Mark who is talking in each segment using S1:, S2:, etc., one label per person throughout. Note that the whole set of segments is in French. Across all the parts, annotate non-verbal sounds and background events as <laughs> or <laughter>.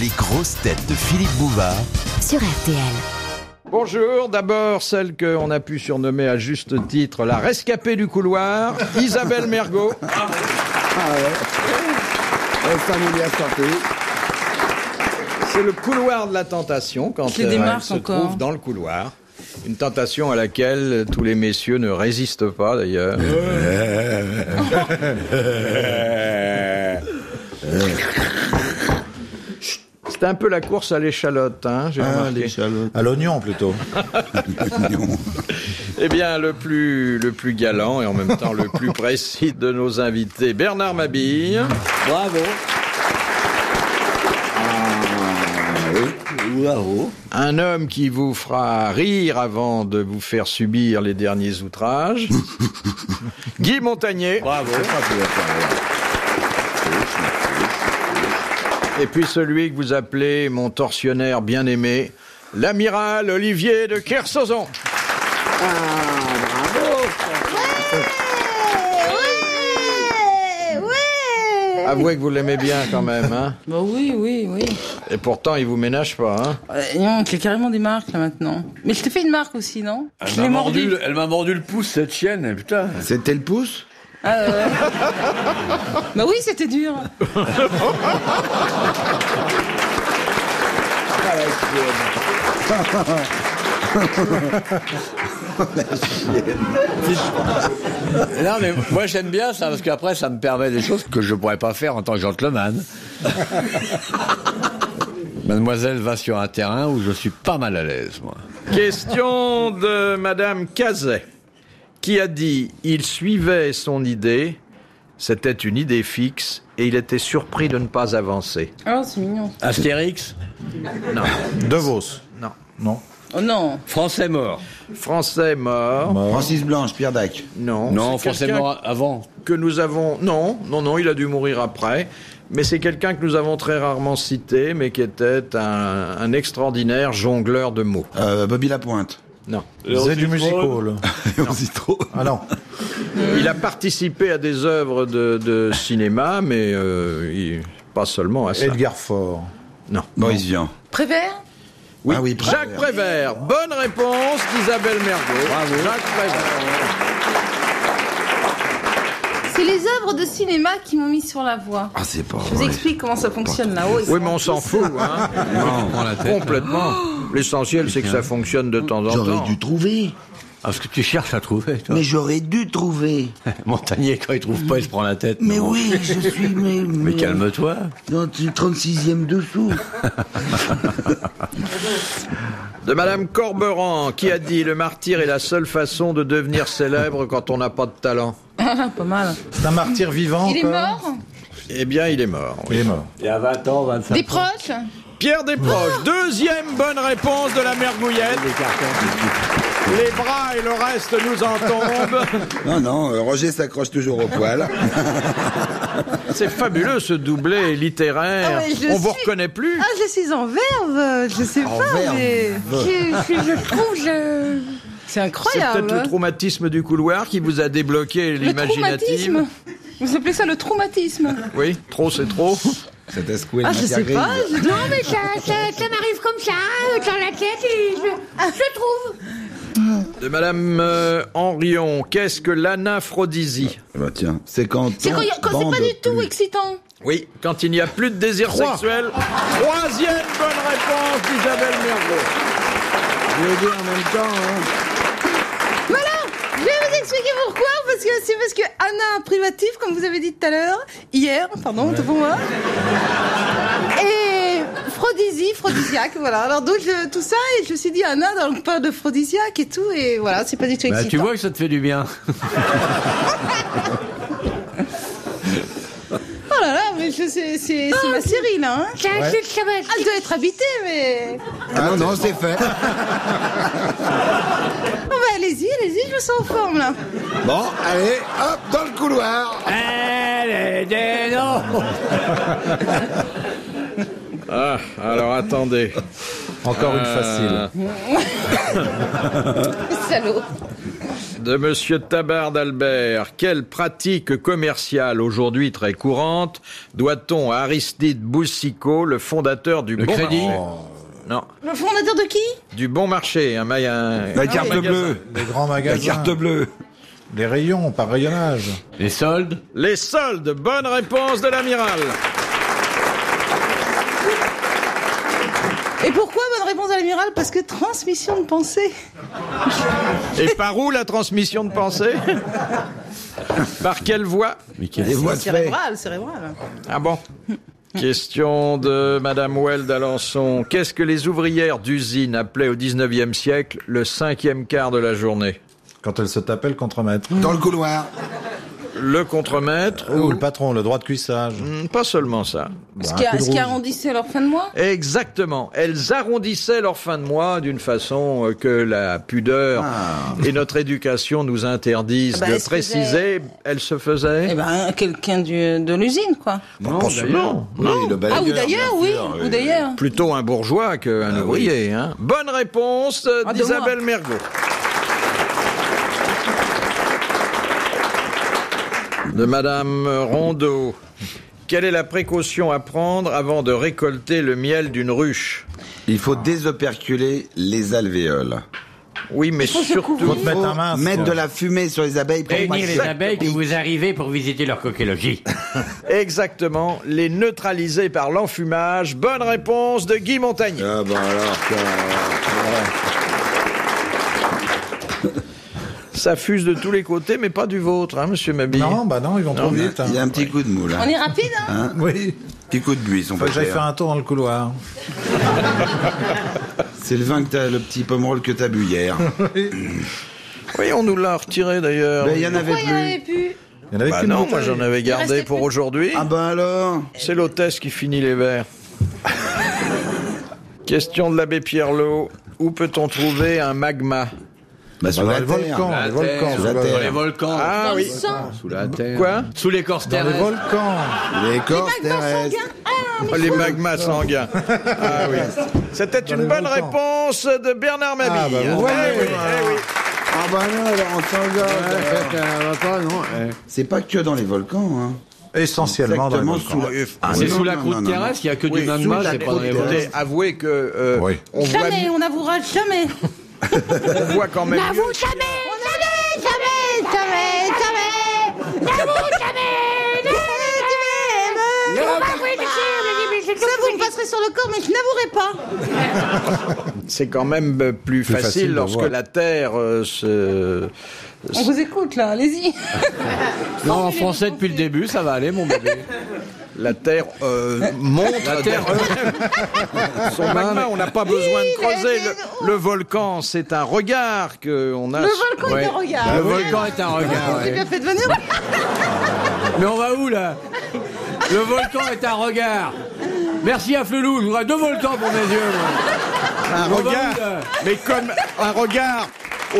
S1: Les grosses têtes de Philippe Bouvard
S2: sur RTL.
S3: Bonjour, d'abord celle qu'on a pu surnommer à juste titre la rescapée du couloir, Isabelle Mergot.
S4: Ah
S3: Euh, C'est le couloir de la tentation quand
S4: Je les
S3: euh, elle
S4: démarque
S3: se
S4: encore.
S3: trouve dans le couloir. Une tentation à laquelle euh, tous les messieurs ne résistent pas d'ailleurs. <laughs> C'est un peu la course à l'échalote, hein,
S4: Ah,
S3: j'ai remarqué.
S5: À l'oignon plutôt.
S3: Eh bien, le plus, le plus galant et en même temps le plus précis de nos invités, Bernard Mabille.
S6: Bravo. Ah, Bravo.
S3: Un homme qui vous fera rire avant de vous faire subir les derniers
S6: <laughs>
S3: outrages. Guy Montagnier.
S6: Bravo.
S3: Et puis celui que vous appelez mon tortionnaire bien-aimé, l'amiral Olivier de Kersauzon. Avouez que vous l'aimez bien quand même, hein
S4: Bah oui, oui, oui.
S3: Et pourtant, il vous ménage pas, hein
S4: Euh, non, t'es carrément des marques là maintenant. Mais je t'ai fait une marque aussi, non
S6: Elle
S4: Je
S6: m'a
S4: l'ai
S6: mordu,
S4: mordu.
S6: le- elle m'a mordu le pouce, cette chienne, et putain.
S5: C'était le pouce
S4: Ah, euh. bah oui, c'était dur.
S6: Non, <laughs> mais moi, j'aime bien ça, parce qu'après, ça me permet des choses que je pourrais pas faire en tant que <laughs> gentleman. Mademoiselle va sur un terrain où je suis pas mal à l'aise, moi.
S3: Question de Madame Cazet, qui a dit il suivait son idée, c'était une idée fixe, et il était surpris de ne pas avancer.
S4: Oh, c'est mignon.
S6: Astérix,
S3: Non,
S5: De Vos.
S3: non.
S5: Non.
S4: Oh non.
S6: français mort.
S3: Français mort,
S5: Francis Blanche, Pierre Dac.
S3: non.
S6: Non,
S3: C'est
S6: français
S3: quelqu'un
S6: mort avant.
S3: que nous avons. Non, non, non, il a dû mourir après. Mais c'est quelqu'un que nous avons très rarement cité, mais qui était un, un extraordinaire jongleur de mots.
S5: Euh, Bobby Lapointe.
S3: Non.
S5: C'est du musical. On dit trop. Ah non.
S3: Il a participé à des œuvres de, de cinéma, mais euh, il- pas seulement à ça.
S5: Edgar Faure.
S3: Non.
S5: Boris Vian.
S4: Prévert
S3: Oui.
S5: Ah oui, Prévert.
S3: Jacques Prévert. Bonne réponse d'Isabelle Mergo. Jacques Prévert.
S7: C'est les œuvres de cinéma qui m'ont mis sur la voie.
S5: Ah c'est pas
S4: Je vous explique comment ça fonctionne là-haut.
S3: Oui, mais on s'en fout, hein.
S8: <laughs>
S3: <laughs>
S6: hein.
S3: Complètement. L'essentiel, c'est que ça fonctionne de temps en temps.
S8: J'aurais dû trouver.
S6: Ah, ce que tu cherches à trouver, toi.
S8: Mais j'aurais dû trouver.
S6: <laughs> Montagnier, quand il trouve pas, il se prend la tête.
S8: Mais
S6: non.
S8: oui, je suis. Mais,
S6: <laughs>
S8: mais-
S6: Mais calme-toi.
S8: Dans le 36e dessous.
S3: De Madame Corberan, qui a dit le martyr est la seule façon de devenir célèbre quand on n'a pas de talent.
S4: Pas mal.
S5: C'est un martyr vivant.
S7: Il est
S5: encore
S7: mort
S3: Eh bien, il est mort. oui.
S5: Il est mort.
S6: Il y a 20 ans, 25
S7: Des proches
S8: <laughs>
S3: Pierre Desproges, deuxième bonne réponse de la mère Gouillette. Les bras et le reste nous
S8: <laughs>
S3: en tombent.
S9: Non, non, euh, Roger s'accroche toujours au poil.
S3: C'est fabuleux ce doublé littéraire.
S4: Ah, mais je
S3: on vous
S4: suis-
S3: reconnaît plus.
S4: Ah, je suis en verve. Je sais pas, mais.
S7: je, je- je trouve, je.
S3: C'est
S4: C'est
S3: peut-être le
S4: incroyable.
S3: traumatisme du couloir qui vous a débloqué
S7: Le
S3: l'imaginative.
S7: traumatisme Vous appelez ça le traumatisme
S3: Oui, trop c'est trop.
S9: C'était secoué
S4: Ah, je sais pas. je-
S7: Non, mais ça, ça, ça m'arrive comme ça, dans la tête, et je, je trouve.
S3: De Madame euh, Henrion, qu'est-ce que l'anaphrodisi
S9: Bah tiens, c'est quand.
S7: C'est quand, y a- quand c'est pas du tout excitant.
S3: Oui, quand il n'y a plus de désir sexuel. Troisième bonne réponse d'Isabelle Mergo.
S9: hein.
S4: Voilà Je vais vous expliquer pourquoi. Parce que c'est parce que Anna, privatif, comme vous avez dit tout à l'heure, hier, pardon, tout pour moi. Et Phrodisie, Prodisiaque, voilà. Alors donc, je- tout ça, et je me suis dit, Anna, dans le pas de Prodisiaque et tout, et voilà, c'est pas du tout
S6: Bah,
S4: excitant.
S6: tu vois que ça te fait du bien.
S4: Oh là là, mais je- c'est c'est- c'est ma série, là. hein.
S7: Ça, c'est- ça va-
S4: Ah, je dois être habitée, mais.
S5: Ah non, non c'est fait.
S4: Oh bah, allez-y, allez-y, je me sens en forme, là.
S9: Bon, allez, hop, dans le couloir
S3: Ah, alors attendez.
S5: Encore une
S3: Euh,
S5: facile.
S4: Salaud.
S3: de Monsieur Tabard d'Albert. Quelle pratique commerciale aujourd'hui très courante doit-on à Aristide Boussicot, le fondateur du
S6: Le
S3: Bon
S6: crédit
S3: Marché Non,
S4: Le fondateur de qui
S3: du Bon Marché. hein, Un, ma- un-
S9: La carte
S3: magasin.
S9: bleue.
S5: Les grands
S9: La
S5: magasins.
S9: carte bleue.
S5: Les rayons, par rayonnage.
S6: Les soldes
S3: Les soldes. Bonne réponse de l'amiral.
S4: Et pourquoi bonne réponse à l'amiral Parce que transmission de pensée.
S3: Et par où la transmission de pensée Par quelle voie
S9: Les voies de fait.
S4: Cérébrale, cérébrale.
S3: Ah bon Question de Madame Well d'Alençon. Qu'est-ce que les ouvrières d'usine appelaient au 19e siècle le cinquième quart de la journée
S5: Quand elle se tapait le contremaître.
S9: Dans le couloir.
S3: Le contremaître
S5: Ou le patron, le droit de cuissage.
S3: Hmm, Pas seulement ça.
S4: Ce
S5: un
S4: qui,
S5: coup de
S4: ce qui
S5: rouge.
S4: arrondissait leur fin de mois
S3: Exactement. Elles arrondissaient leur fin de mois d'une façon euh, que la pudeur et notre éducation nous interdisent
S4: Ah bah,
S3: de
S4: est-ce que
S3: préciser. Elles se
S4: Eh
S3: faisaient
S4: ben, quelqu'un du- de l'usine, quoi.
S9: Non, non. Oui, le balayeur,
S4: Ah, ou d'ailleurs, oui.
S9: Bah, bien sûr,
S4: Ou d'ailleurs.
S3: plutôt un bourgeois qu'un
S9: Ah oui.
S3: ouvrier. Hein. Bonne réponse euh,
S4: Ah, de
S3: d'Isabelle Mergot. De Madame Rondeau. Quelle est la précaution à prendre avant de récolter le miel d'une ruche
S9: Il faut désoperculer les alvéoles.
S3: Oui, mais
S4: faut se
S3: surtout,
S4: couvrir.
S5: Faut
S2: Bah,
S5: te mettre un masque.
S9: Mettre de la fumée sur les abeilles pour pas
S2: Réunir les
S9: que-
S2: abeilles que vous arrivez pour visiter leur coquelogie.
S3: exactement, les neutraliser par l'enfumage. Bonne réponse de Guy Montagnier.
S9: Ah bah alors, ça, ouais.
S3: Ça fuse de tous les côtés, mais pas du vôtre, hein, monsieur Mabille.
S5: Non, bah non, ils vont trop vite. hein.
S9: il y a un petit coup de moule.
S4: On
S9: hein.
S4: est rapide, hein
S5: Oui.
S9: Petit coup de buis, on
S5: Faut
S9: peut
S5: que j'aille
S9: faire.
S5: faire un tour dans le couloir.
S9: C'est le vin que t'as, le petit pomerol que t'as bu hier.
S3: Oui, on nous l'a retiré d'ailleurs.
S9: Ben, il y en avait
S4: Pourquoi il n'y en avait
S9: plus.
S4: plus
S5: Il y en avait
S3: Bah
S5: qu'une
S3: non,
S5: bouteille.
S3: moi j'en avais gardé
S4: restait
S3: pour
S4: plus.
S3: aujourd'hui.
S9: Ah bah alors
S3: C'est l'hôtesse qui finit les verres. Question de l'abbé Pierlot. Où peut-on trouver un magma
S9: Bah sur
S5: Dans
S9: la
S5: le
S9: terre.
S5: volcan, les volcans.
S9: sur la
S5: voilà.
S9: terre.
S6: Dans les volcans.
S3: Ah oui.
S6: Sous la terre.
S3: Quoi
S2: Sous l'écorce
S5: Dans les
S2: terrestre.
S5: volcans.
S9: Les corps terrestres.
S4: Ah,
S3: Oh, Les magmas sanguins. Ah oui. C'était une
S5: les
S3: bonne
S5: volcans.
S3: réponse de Bernard Mabille.
S5: Ah, bah, vous
S3: Eh
S5: voyez.
S3: oui, eh oui.
S9: Ah bah non, alors on s'engage. C'est pas que dans les volcans. Hein.
S5: Essentiellement dans les
S9: Exactement
S5: volcans.
S9: sous la... Ah,
S2: C'est
S9: non,
S2: sous la
S9: non,
S2: croûte
S9: non, non,
S2: terrestre, il n'y a que
S3: Oui,
S2: du
S3: sous
S2: magma,
S3: la
S2: c'est pas dans les
S3: côte.
S2: volcans.
S3: Avouez que euh,
S5: Oui.
S3: on, voit,
S4: Jamais, on n'avouera jamais.
S3: on voit quand même
S7: N'avoue jamais, jamais, jamais, jamais, jamais. N'avoue jamais, jamais, jamais. On va avouer des choses, mais c'est
S4: Ça, vous me
S7: tout.
S4: passerez sur le corps, mais je n'avouerai pas.
S3: c'est quand même euh, plus,
S5: Plus
S3: facile,
S5: facile de
S3: lorsque
S5: voir.
S3: la Terre euh, se
S4: On vous écoute, là, allez-y.
S6: Non, en français depuis le début, ça va aller, mon bébé.
S3: <laughs> la Terre euh, montre
S6: La terre, euh,
S3: Son magma, on n'a pas besoin de creuser.
S4: mais-
S3: Le, le volcan, c'est un regard qu'on a.
S4: oh. Le
S3: sur-
S4: volcan
S6: Ouais.
S4: est de regard.
S6: le volcan est un regard.
S4: J'ai
S6: ouais.
S4: bien fait de venir.
S6: Mais on va où là Le volcan est un regard. Merci à Flelou, j'aurais deux volcans pour mes yeux. moi.
S3: un
S6: On va
S3: regard,
S6: où, là
S3: mais comme un regard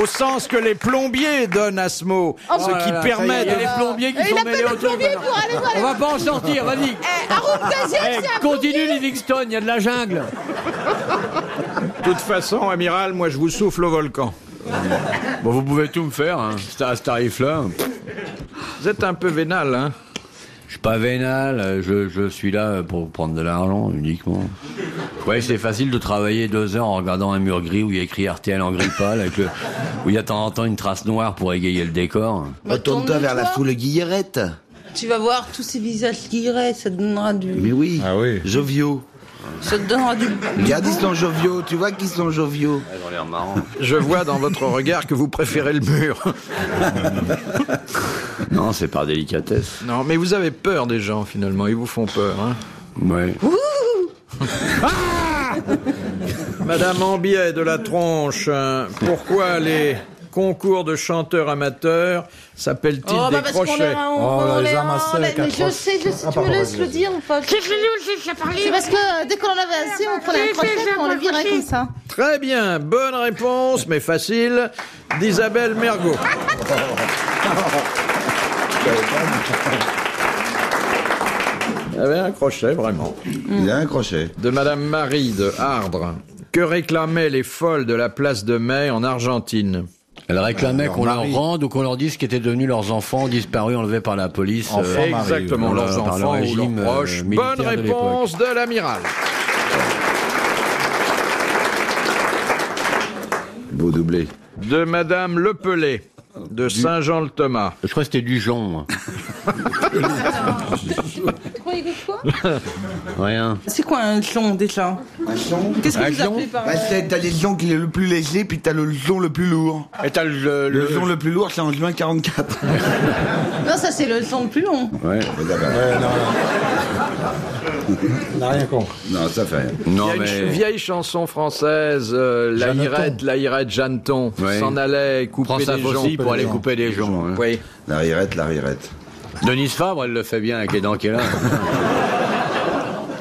S3: au sens que les plombiers donnent à ce mot, ce
S6: Oh là
S3: qui
S6: là, ça y est,
S3: permet
S6: Il y a les
S3: de...
S6: plombiers qui
S4: il
S6: sont
S4: appelle
S6: mêlés
S4: le
S6: au truc.
S4: plombier
S6: maintenant.
S4: pour aller voir
S6: On va pas en sortir, vas-y.
S4: Eh, Arup
S6: Eh,
S4: c'est un
S6: continue les Dixton, il y a de la jungle.
S3: De toute façon, amiral, moi je vous souffle au volcan.
S6: Bon, vous pouvez tout me faire, hein, à ce tarif-là.
S3: Vous êtes un peu vénal, hein
S6: Je suis pas vénal, euh, je, je suis là euh, pour prendre de l'argent uniquement. Vous voyez, c'est facile de travailler deux heures en regardant un mur gris où il y a écrit RTL en gris pâle, avec le, où il y a de temps en temps une trace noire pour égayer le décor.
S4: Bah,
S8: Retourne-toi vers la
S4: Tourne-toi.
S8: foule guillerette.
S4: Tu vas voir tous ces visages qui iraient, ça te donnera du.
S8: Mais oui.
S5: Ah oui.
S8: Joviaux.
S4: Ça te donnera du.
S8: Regarde, ils sont joviaux. Tu vois qu'ils sont joviaux.
S3: Je vois dans votre regard que vous préférez le mur.
S6: Non, c'est par délicatesse.
S3: Non, mais vous avez peur des gens, finalement. Ils vous font peur, hein
S6: Ouais.
S3: Madame Ambiet de la Tronche, hein, pourquoi les concours de chanteurs amateurs s'appellent-ils
S4: Oh,
S3: des
S4: bah parce qu'on
S3: crochets
S4: leur a- on-
S5: Oh, là,
S4: on
S5: les
S4: les a-
S5: amasser
S4: on les-
S5: avec un
S4: Mais je
S5: croche.
S4: sais, je sais,
S5: Ah,
S4: tu me
S5: pardon,
S4: laisses
S5: vas-y,
S4: le
S5: vas-y.
S4: dire, mon pote.
S7: C'est chelou, c'est ça parler.
S4: C'est parce que euh, dès qu'on en avait assez, on prenait un crochet, puis on le virait comme ça.
S3: Très bien, bonne réponse, mais facile, d'Isabelle Mergot. Il y avait un crochet, vraiment.
S9: Il y a un crochet.
S3: De Madame Marie de Ardre. Que réclamaient les folles de la place de Mai en Argentine
S6: Elle réclamait
S3: Euh,
S5: leur
S6: qu'on leur
S5: mari.
S6: rende ou qu'on leur dise ce qu'étaient devenus leurs enfants disparus, enlevés par la police.
S5: Enfants
S6: euh,
S5: mariés,
S3: Exactement,
S6: euh,
S3: leurs
S6: par le
S3: enfants ou
S6: régime,
S3: leurs
S6: euh,
S3: proches.
S6: militaire
S3: Bonne
S6: de l'époque.
S3: réponse de l'amiral.
S9: Beau doublé.
S3: De Madame Lepelé, de Saint-Jean-le-Thomas.
S6: Je crois que c'était Dujon. moi. Rien.
S4: C'est quoi un son déjà
S9: Un son
S4: Qu'est-ce que
S6: Un
S4: vous
S6: lion
S4: appelez par
S9: Bah, c'est- t'as les gens qui est le plus léger, puis t'as le son le plus lourd.
S3: Et t'as le,
S9: Le son le plus lourd, c'est en juin 44.
S4: Non, Bah, ça c'est le son le plus long.
S6: Ouais.
S9: bah,
S5: On n'a rien compris.
S9: non, ça fait rien.
S3: Il
S6: Non,
S3: y a une ch-
S6: mais.
S3: vieille chanson française, euh, La
S5: Jeanneton.
S3: Hirette, La Hirette, Jeanneton,
S6: Ouais.
S3: s'en allait
S6: Prends
S3: couper
S6: sa
S3: des gens.
S6: faucille pour aller
S5: gens.
S6: couper des gens. hein.
S3: Oui.
S9: La rirette, la rirette.
S6: Denise Fabre, elle le fait bien avec les dents qu'elle a.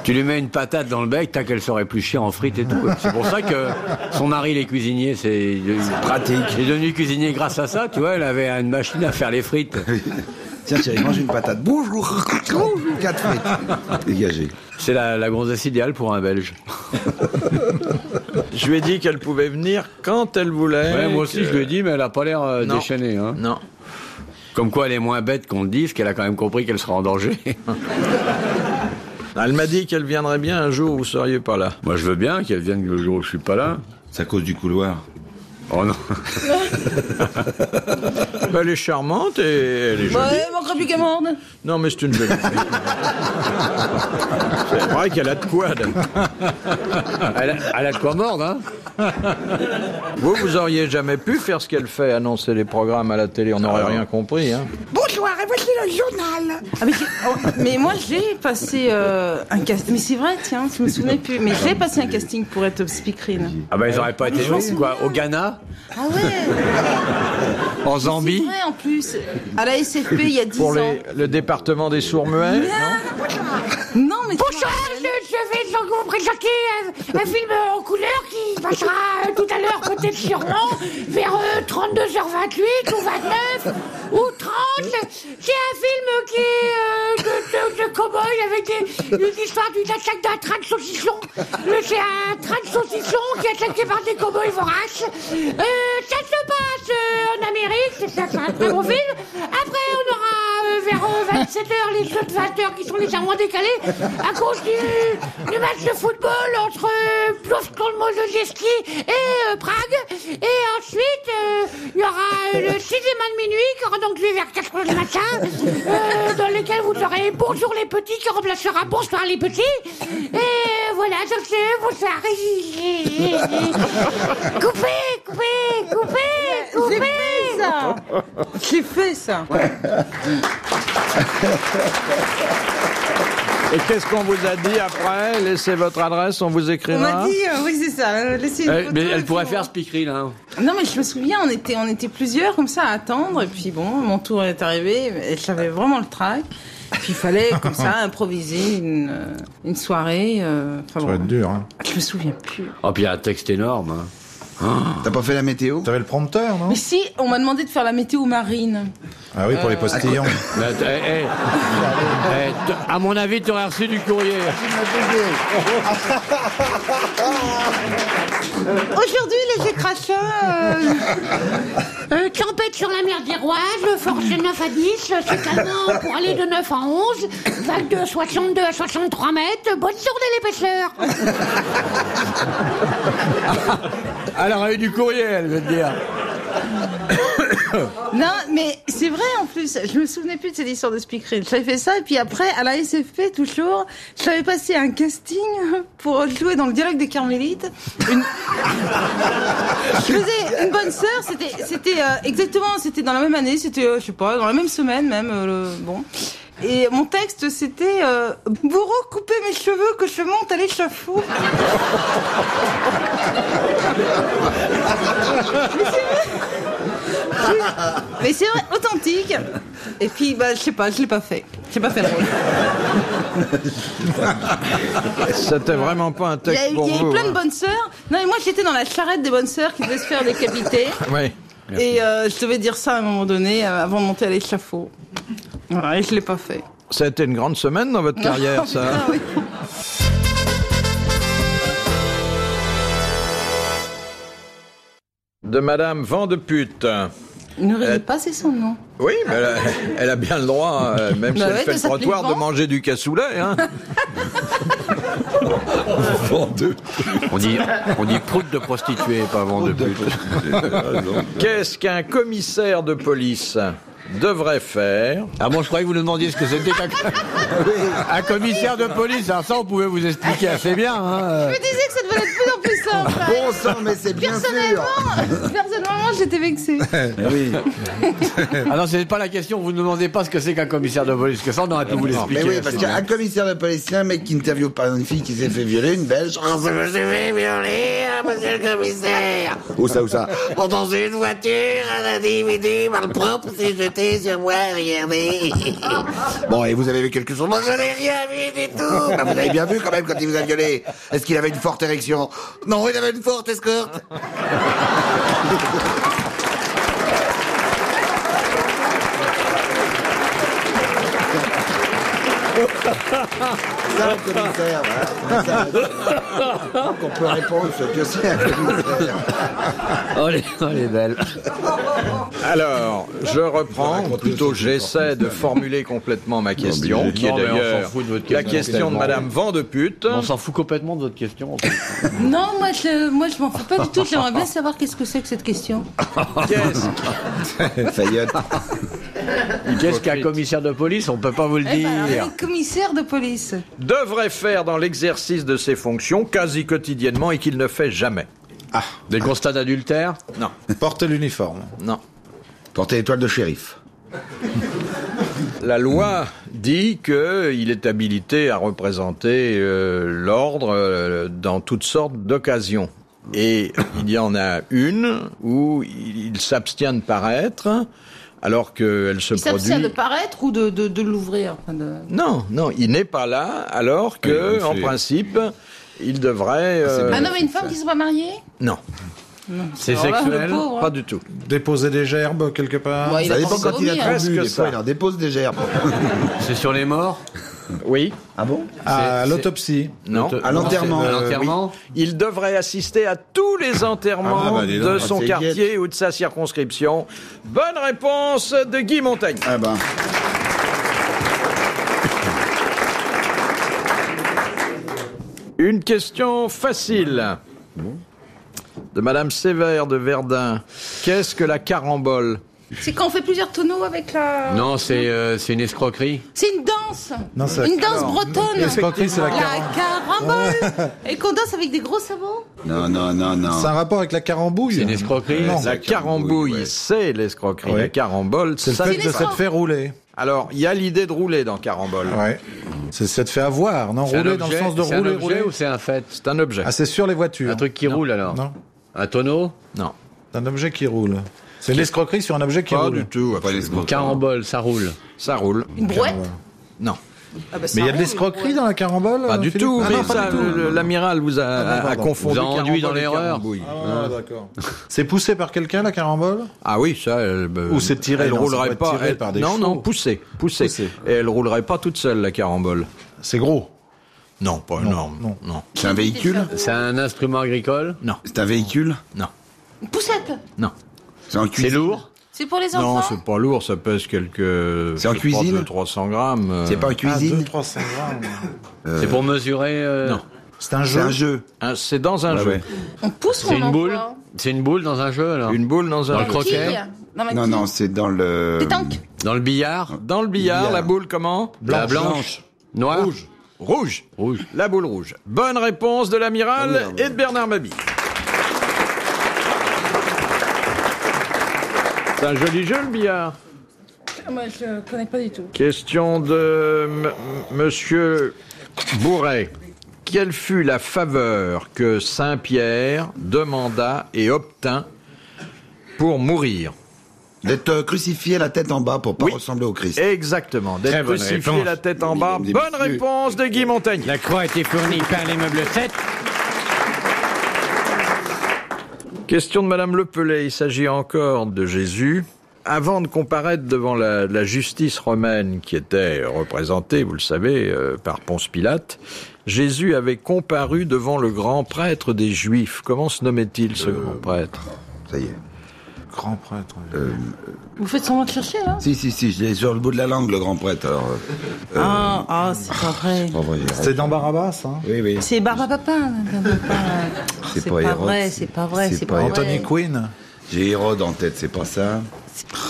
S6: Tu lui mets une patate dans le bec, tac, elle sort épluchée en frites et tout. C'est pour ça que son mari, il est cuisinier, c'est pratique. Il est devenu cuisinier grâce à ça, tu vois, elle avait une machine à faire les frites.
S9: Tiens Thierry, mange une patate. Bonjour. Bonjour. Quatre frites. Dégagé.
S6: C'est la, la gonzesse idéale pour un Belge.
S3: Je lui ai dit qu'elle pouvait venir quand elle voulait.
S6: Ouais, euh, moi aussi,
S3: que-
S6: je lui ai dit, mais elle a pas l'air euh,
S3: Non.
S6: déchaînée. hein.
S3: Non.
S6: Comme quoi, elle est moins bête qu'on le dise, qu'elle a quand même compris qu'elle sera en <laughs> danger.
S3: Elle m'a dit qu'elle viendrait bien un jour où vous seriez pas là.
S6: Moi, je veux bien qu'elle vienne le jour où je suis pas là.
S9: C'est à cause du couloir.
S6: Oh non.
S3: Bah, elle est charmante et elle est jolie.
S4: Bah, Ouais, il manquerait plus qu'à mordre.
S3: Non, mais c'est une jolie fille. C'est vrai qu'elle a de quoi. elle.
S6: Ah, Elle a, elle a de quoi mordre, hein
S3: Vous, vous auriez jamais pu faire ce qu'elle fait, annoncer les programmes à la télé. On
S6: Ah.
S3: n'aurait rien compris. Hein.
S7: Bonsoir, et voici le journal.
S4: Ah, mais, j'ai- oh, mais moi j'ai passé euh, un casting. Mais c'est vrai, tiens, je me souvenais plus. Mais j'ai passé un casting pour être speakerine.
S6: Ah bah ils auraient pas été bons, quoi. Au Ghana
S4: Ah ouais
S6: En
S4: C'est
S6: Zambie
S4: vrai en plus. À la SFP il y a 10
S3: Pour
S4: ans.
S3: les- le département des sourds-muets.
S4: Non, mais.
S7: Bonsoir, je, je vais sans vous présenter un, un film euh, en couleur qui passera euh, tout à l'heure peut-être sûrement vers euh, 32h28 ou 29 ou 30. C'est un film qui est euh, de, de, de cow-boy avec des, une histoire d'une attaque d'un train de saucisson. Le- C'est un train de saucisson qui est attaqué par des cow-boys voraces. Euh, ça se passe euh, en Amérique, c'est- c'est un très bon film. Après, on aura euh, vers euh, 27h les jeux de 20h qui sont légèrement décalés à cause du, du match de football entre euh, Plovdiv Mozhevski et euh, Prague. Et ensuite, euh, il y aura euh, le cinéma de minuit qui aura donc lieu vers 4h du matin, euh, dans lequel vous aurez Bonjour les petits qui remplacera Bonsoir les petits. Et voilà, donc c'est bonsoir. Coupez, coupez, coupez,
S4: J'ai
S7: coupez.
S4: fait ça J'ai fait ça
S3: Et qu'est-ce qu'on vous a dit après Laissez votre adresse, on vous
S4: On
S3: écrira.
S4: m'a dit, euh, oui, c'est ça, euh, laissez une photo
S6: Eh, mais
S4: et
S6: elle
S4: puis
S6: pourrait
S4: on-
S6: faire hein. speakery là.
S4: Non, mais je me souviens, on était, on était plusieurs comme ça à attendre, et puis bon, mon tour est arrivé, et j'avais vraiment le trac. Puis il fallait comme ça
S6: <laughs>
S4: improviser une, euh, une soirée. euh, enfin
S5: Ça
S4: bon.
S5: va être dur. Hein.
S4: Je me souviens plus.
S6: Oh puis il y a un texte énorme. hein.
S9: T'as pas fait la météo
S5: T'avais le prompteur, non
S4: Mais si, on m'a demandé de faire la météo marine.
S5: Ah oui, pour les postillons.
S9: Euh,
S6: Mais att- eh, eh. Eh, t- à mon avis, t'aurais reçu du courrier.
S4: Aujourd'hui, les écracheurs. euh,
S7: Euh, tempête sur la mer d'Iroise, force de 9 à 10, c'est calmant pour aller de 9 à 11, vague de 62 à 63 mètres, bonne journée l'épaisseur
S6: Elle aurait eu du courrier, elle, je veux te dire.
S4: Non, mais c'est vrai en plus. Je me souvenais plus de cette histoire de speakerine. J'avais fait ça et puis après, à la SFP, toujours, j'avais passé un casting pour jouer dans le dialogue des Carmélites. Une- je faisais une bonne sœur. C'était, c'était euh, exactement, c'était dans la même année. C'était, euh, je sais pas, dans la même semaine même. euh, le- bon. Et mon texte, c'était euh, bourreau, coupez mes cheveux que je monte à l'échafaud. Mais c'est vrai, authentique. Et puis, bah, je sais pas, je l'ai pas fait. J'ai pas fait le rôle.
S3: C'était vraiment pas un
S4: Il y a,
S3: texte
S4: eu-
S3: pour
S4: il y a eu
S3: vous.
S4: plein de
S3: hein.
S4: bonnes sœurs. Non, mais moi j'étais dans la charrette des bonnes sœurs qui devaient se faire décapiter.
S3: Oui.
S4: Et euh, je devais dire ça à un moment donné euh, avant de monter à l'échafaud. Voilà, et je l'ai pas fait.
S3: Ça a été une grande semaine dans votre carrière, ça.
S4: Ah oui.
S3: de Madame Vent de Pute.
S4: Ne riez pas, c'est son nom.
S3: Oui, mais elle a, elle a bien le droit, euh, même si
S4: Bah
S3: elle
S4: ouais,
S3: fait
S4: de
S3: le
S4: s'appeler
S3: trottoir, de
S4: Vent.
S3: manger du cassoulet. Hein.
S6: On dit, on dit prout de prostituée, pas vent de pute.
S3: Qu'est-ce qu'un commissaire de police devrait faire
S6: Ah bon, je croyais que vous nous demandiez ce que c'était qu'un <laughs> un commissaire de police. Alors ça, on pouvait vous expliquer assez bien. hein.
S4: Je me disais que ça devait être de plus en plus simple.
S9: Ah Bon sang, mais c'est bien sûr.
S4: Personnellement, personnellement, j'étais vexée.
S9: Eh Oui.
S6: Ah non, c'est pas la question. Vous ne demandez pas ce que c'est qu'un commissaire de police. Que ça, on aurait pu vous l'expliquer.
S9: Mais oui, parce qu'un commissaire de police, c'est un mec qui interviewe par une fille qui s'est fait violer, une belge. Oh, je me suis fait violer, hein, monsieur le commissaire. Ou ça, ou ça. Oh, dans une voiture, un individu malpropre s'est jeté sur moi, regardez. bon, et vous avez vu quelque chose Moi, je n'ai rien vu du tout. Bah, vous avez bien vu quand même quand il vous a violé. Est-ce qu'il avait une forte érection Non, il avait une forte escorte. Ça, le commissaire. voilà. Ça, c'est- Qu'on peut répondre, ce que Oh, c'est un commissaire.
S6: Oh, les, oh, les belles.
S3: Alors, je reprends, ou plutôt j'essaie de formuler complètement ma question, qui est
S6: Non, mais on s'en
S3: d'ailleurs
S6: fout de votre
S3: la
S6: question,
S3: question de
S6: finalement.
S3: Madame Vent de Pute.
S6: On s'en fout complètement de votre question.
S4: Non, moi, je, moi, je m'en fous pas du tout. J'aimerais bien savoir qu'est-ce que c'est que cette question.
S3: Qu'est-ce
S9: Fayotte.
S6: Qu'est-ce qu'un commissaire de police On peut pas vous le
S4: Eh ben, alors,
S6: dire.
S4: le commissaire de police.
S3: devrait faire dans l'exercice de ses fonctions quasi quotidiennement et qu'il ne fait jamais
S6: Des constats d'adultère
S3: Non,
S5: Portez l'uniforme.
S3: non.
S9: Portez l'étoile de shérif.
S3: La loi dit qu'il est habilité à représenter euh, l'ordre euh, dans toutes sortes d'occasions. Et <coughs> il y en a une où il s'abstient de paraître alors qu'elle se
S4: Il s'abstient
S3: produit.
S4: de paraître ou de, de, de l'ouvrir enfin, de-
S3: Non, non, il n'est pas là alors que, en principe, il devrait. euh,
S4: Un homme et Ah une femme qui ne sont pas mariés
S3: non,
S4: Ah,
S6: C'est
S4: Alors là,
S6: sexuel
S4: le pauvre.
S3: pas du tout.
S5: Déposez des gerbes quelque part.
S4: Ouais, il
S9: Ça
S4: a
S9: dépend
S4: pas
S9: quand il a
S4: vomi,
S9: trop
S4: hein.
S3: Presque
S9: bu, des
S3: ça.
S9: fois, il en dépose des gerbes.
S6: C'est sur les morts
S3: Oui,
S9: Ah bon
S5: à
S6: c'est-
S5: l'autopsie.
S3: non.
S9: À l'enterrement.
S6: À
S9: Euh,
S6: l'enterrement
S3: Il devrait assister à tous les enterrements
S5: Ah bah, dis donc,
S3: de
S5: ah,
S3: son
S9: c'est
S3: quartier ou de sa circonscription. Bonne réponse de Guy Montaigne.
S9: Ah ben.
S3: Une question facile de Madame Sévère de Verdun. Qu'est-ce que la carambole
S4: C'est quand on fait plusieurs tonneaux avec la.
S6: Non, c'est euh, c'est une escroquerie.
S4: C'est une danse
S5: Non, c'est la-
S4: Une danse bretonne
S5: L'escroquerie, c'est la
S4: La carambole Et qu'on danse avec des gros sabots
S9: Non, non, non, non.
S5: C'est un rapport avec la carambouille.
S6: C'est une escroquerie.
S5: Non.
S3: La carambouille,
S9: ouais.
S3: c'est l'escroquerie.
S5: Ouais.
S3: La carambole,
S5: C'est le Ah.
S3: ça-
S5: fait
S4: une
S5: de
S4: escroc.
S5: s'être fait rouler.
S3: Alors, il y a l'idée de rouler dans carambole.
S5: Ouais. C'est s'être fait avoir, non
S6: C'est un
S5: Rouler dans le
S6: objet
S5: sens de
S6: C'est un
S5: rouler,
S6: objet
S5: rouler.
S6: ou c'est un fait
S3: C'est un objet.
S5: Ah, c'est sur les voitures.
S6: Un truc qui roule alors
S5: Non.
S6: Un tonneau
S3: Non.
S5: Un objet qui roule. C'est l'escroquerie sur un objet qui roule.
S3: tout.
S6: Carambole, ça roule.
S3: Ça roule.
S4: Une brouette
S3: Non.
S4: Ah bah, ça
S5: Mais il y a de
S4: roule,
S5: l'escroquerie
S4: une
S5: dans la carambole
S3: Pas du
S5: Philippe
S3: tout.
S5: Ah
S3: mais
S5: non, pas
S3: ça,
S5: du tout. Ah,
S3: le- le- l'amiral vous a, a- a
S5: pardon.
S3: confondu.
S6: Vous a
S3: carambole
S6: induit dans
S3: et
S6: l'erreur.
S3: carambouille.
S5: Ah, d'accord. C'est poussé par quelqu'un, la carambole
S3: Ah oui, ça. Elle, euh,
S5: Ou c'est tiré,
S3: Elle
S5: non, ça doit
S3: roulerait
S5: être
S3: pas.
S5: tiré
S3: elle-
S5: par des
S3: non, non,
S5: chevaux.
S3: poussée, poussée.
S5: Poussée.
S3: Et elle roulerait pas toute seule la carambole.
S5: C'est gros.
S3: Non, pas énorme.
S5: non.
S3: non,
S9: C'est un véhicule
S6: C'est un instrument agricole
S9: C'est un véhicule
S3: non,
S4: Poussette
S3: non.
S9: C'est en
S6: C'est
S9: cuisine
S6: lourd
S4: C'est pour les
S3: Non,
S4: enfants
S3: c'est pas lourd. Ça pèse quelques.
S9: C'est en
S3: je pense,
S9: cuisine
S3: 200-300 grammes. euh.
S9: C'est pas en cuisine
S5: 300 grammes.
S6: C'est pour mesurer. euh,
S3: Non.
S5: C'est Ah, un
S9: C'est
S5: jeu.
S9: un jeu.
S3: Hein, C'est dans un jeu.
S4: On pousse mon
S6: C'est une boule
S4: enfant.
S6: C'est une boule dans un jeu alors
S3: Une boule dans un
S6: Dans le
S3: jeu.
S6: croquet.
S4: Quille. Dans ma
S9: Non,
S4: quille.
S9: non, c'est dans le.
S4: Pétanque.
S6: Dans le billard
S3: Dans le billard,
S9: Billard.
S3: la boule comment
S6: La blanche Noire
S3: Rouge. Rouge.
S6: Rouge.
S3: La boule rouge. Bonne réponse de l'amiral et de Bernard Mabie. C'est un joli jeu, le billard.
S4: Moi, je connais pas du tout.
S3: Question de M- M- Monsieur Bourret. Quelle fut la faveur que Saint-Pierre demanda et obtint pour mourir
S9: D'être euh, crucifié la tête en bas pour pas
S3: Oui.
S9: ressembler au Christ.
S3: Exactement, d'être
S6: bonne
S3: crucifié
S6: réponse.
S3: la tête en
S9: Oui,
S3: bas.
S9: mesdames et
S3: Bonne
S9: messieurs.
S3: réponse de Guy Montaigne.
S2: La croix a été fournie par les meubles 7.
S3: Question de Madame Lepelet. Il s'agit encore de Jésus. Avant de comparaître devant la, la justice romaine qui était représentée, vous le savez, euh, par Ponce Pilate, Jésus avait comparu devant le grand prêtre des Juifs. Comment se nommait-il ce grand prêtre
S9: ça y est.
S5: Grand prêtre.
S4: Vous faites semblant de chercher, là
S9: Si, si, si, je l'ai sur le bout de la langue, le grand prêtre. Alors, euh, Oh.
S4: Ah, ah, c'est pas vrai.
S9: pas vrai, j'ai raison.
S5: C'est dans Barabbas, hein
S9: Oui, oui.
S4: C'est Barbapapa.
S9: C'est
S4: Oh, C'est
S9: pas
S4: pas,
S9: Hérode,
S4: vrai,
S9: c'est-
S4: c'est pas vrai,
S9: c'est
S4: c'est
S9: pas
S4: pas,
S9: Hérode.
S5: Tony
S4: vrai.
S5: Quinn.
S9: J'ai Hérode en tête, c'est pas ça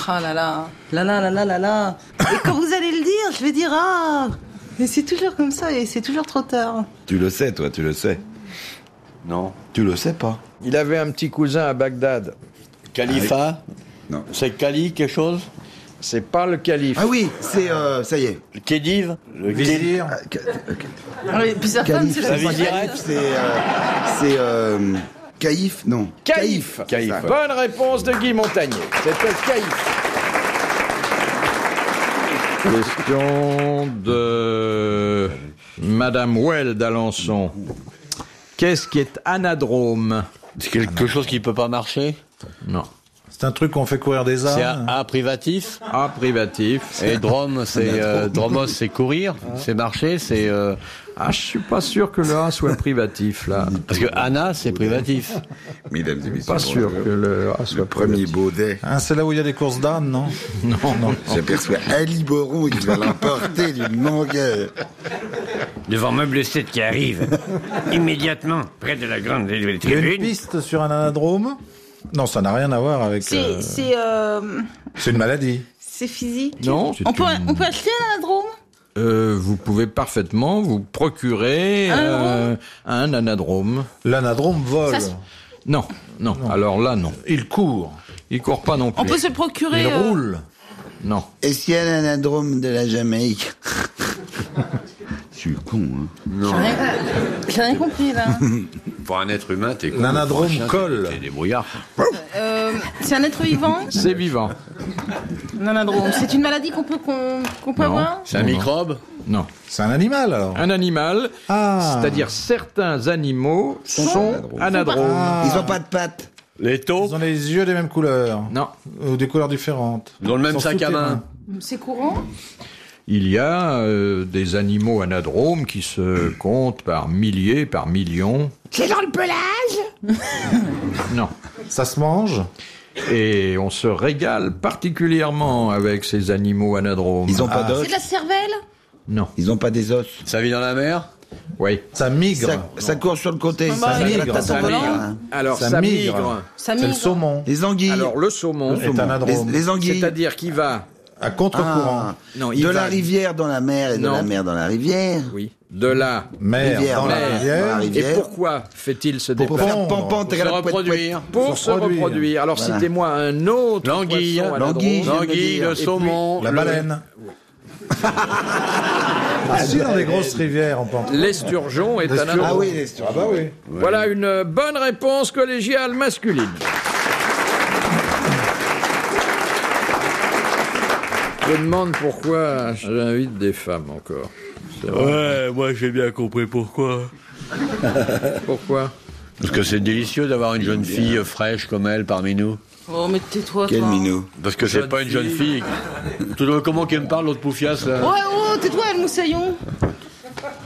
S4: Ah là là, là là là là là là. Et quand vous allez le dire, je vais dire ah. Mais c'est toujours comme ça et c'est toujours trop tard.
S9: Tu le sais, toi, tu le sais.
S6: Non.
S9: Tu le sais pas
S3: Il avait un petit cousin à Bagdad.
S6: Khalifa
S9: Non.
S6: C'est Khali quelque chose
S3: C'est pas le calife.
S9: Ah oui, c'est. euh, ça y est.
S6: Le Khedive Ah. Le
S5: Vizir.
S9: Ah, ca- ok.
S4: Ah Oui, puis sa femme,
S9: Calif,
S4: c'est
S9: c'est
S4: la
S9: pas Calif, c'est. euh, c'est. euh, Caïf, non.
S3: Caïf.
S6: Caïf,
S9: ça.
S6: ouais.
S3: Bonne réponse de Guy Montagnier. C'était Caïf. Question de Madame Well d'Alençon. Qu'est-ce qui est anadrome
S6: C'est quelque chose qui peut pas marcher
S3: Non.
S5: C'est un truc qu'on fait courir des
S6: C'est
S5: ânes.
S6: un A privatif
S3: A privatif.
S6: et drome, c'est euh, dromos, c'est courir, c'est marcher, c'est euh,
S3: Ah, je suis pas sûr que le A soit privatif là.
S6: parce que Anna, c'est privatif.
S9: Mesdames et messieurs.
S3: Pas sûr que le A soit
S9: Le premier
S3: privatif.
S9: baudet.
S5: Hein, c'est là où il y a les courses d'ânes, non
S3: Non, non.
S9: J'aperçois Ali Boron qui va l'emporter d'une longueur.
S10: Devant Meuble 7 qui arrive,
S6: <laughs>
S10: immédiatement, près de la grande
S5: Il y a une
S10: tribune.
S5: piste sur un anadrome Non, ça n'a rien à voir avec. euh,
S4: C'est c'est euh,
S5: C'est une maladie.
S4: c'est physique.
S3: Non, c'est
S4: On peut
S3: une-
S4: on peut acheter un anadrome.
S3: Euh, vous pouvez parfaitement vous procurer euh, un anadrome.
S5: L'anadrome vole.
S4: Ça se-
S3: Non, non, Alors là, non.
S5: Il court.
S3: Il court pas non
S4: On
S3: plus.
S4: peut se le
S5: Il
S4: procurer. euh,
S5: roule.
S3: Non.
S8: Et si elle a un anadrome de la
S9: <laughs>
S8: Jamaïque
S9: Je suis con, hein.
S4: j'ai rien- J'ai rien compris là.
S3: <laughs>
S6: Pour un être humain, t'es con.
S5: L'anadrome
S6: Pour un chien,
S5: colle.
S6: t'es- T'es débrouillard.
S4: Euh, c'est un être vivant.
S3: C'est vivant.
S4: Un anadrome. C'est une maladie qu'on peut qu'on qu'on peut
S3: Non.
S4: avoir.
S6: C'est un microbe
S3: Non.
S5: C'est un animal alors.
S3: Un animal,
S5: Ah.
S3: c'est-à-dire certains animaux sont, anadromes.
S4: Ah.
S8: Ils ont pas de pattes.
S6: Les taux
S5: Ils ont les yeux des mêmes couleurs.
S3: Non.
S5: Ou des couleurs différentes.
S6: Dans le même
S5: Ils sont hein.
S6: sac à
S5: sous
S6: main.
S5: tes mains.
S4: C'est courant.
S3: Il y a euh, des animaux anadromes qui
S5: <coughs>
S3: se comptent par milliers, par millions.
S7: C'est dans le pelage
S3: <laughs> Non.
S5: Ça se mange
S3: Et on se régale particulièrement avec ces animaux anadromes.
S9: Ils ont pas
S4: Ah. C'est
S9: d'os.
S4: de la cervelle.
S3: Non.
S9: Ils ont pas des os.
S6: Ça vit dans la mer
S3: Oui.
S5: Ça migre.
S8: Ça, ça court sur le côté.
S4: bah,
S8: fait
S5: migre,
S8: la tâte
S5: ça
S8: en volant.
S4: migre.
S3: Alors
S5: Ça
S3: ça,
S5: migre.
S3: migre.
S4: Ça
S5: C'est le
S4: migre.
S5: saumon.
S8: hein. Les anguilles.
S3: Alors le saumon,
S5: Le saumon.
S8: les,
S5: anadrome.
S8: les anguilles.
S3: c'est-à-dire qui va
S5: À contre-courant.
S8: Ah.
S3: Non, il
S8: de la
S3: va-
S8: rivière dans la mer et de
S3: Non.
S8: la mer dans la rivière.
S3: oui, de là.
S5: Mer
S8: Rivière,
S5: dans la
S3: mer.
S5: rivière.
S8: Dans la
S6: Bah,
S8: rivière.
S3: Et pourquoi fait-il ce
S5: Pour
S3: départ
S5: faire
S8: Pampan,
S6: Pour se
S8: tagala, pouet, pouet.
S6: reproduire
S3: Pour
S5: Se
S3: se
S5: reproduire.
S3: reproduire. Alors
S8: Voilà.
S3: citez-moi un autre
S6: L'anguille,
S3: poisson anadrome.
S8: l'anguille, j'aime
S6: L'anguille,
S8: dire.
S6: le
S8: Et puis,
S6: saumon,
S5: La
S6: le- <laughs>
S5: baleine. ah si, dans des grosses rivières, on pense.
S3: L'esturgeon est anadrome.
S8: Ah oui, les
S5: Ah bah oui.
S3: Voilà une bonne réponse collégiale masculine. Je me demande pourquoi j'invite des femmes encore. C'est vrai.
S6: Ouais, moi j'ai bien compris pourquoi.
S3: Pourquoi
S6: Parce que c'est délicieux d'avoir une jeune fille euh, fraîche comme elle parmi nous.
S4: Oh mais tais-toi.
S8: Quel
S4: toi.
S8: minot.
S6: Parce que c'est pas une jeune fille. Tout le comment qu'elle me parle, l'autre poufiasse là.
S4: Ouais, oh, tais-toi, El Moussaillon.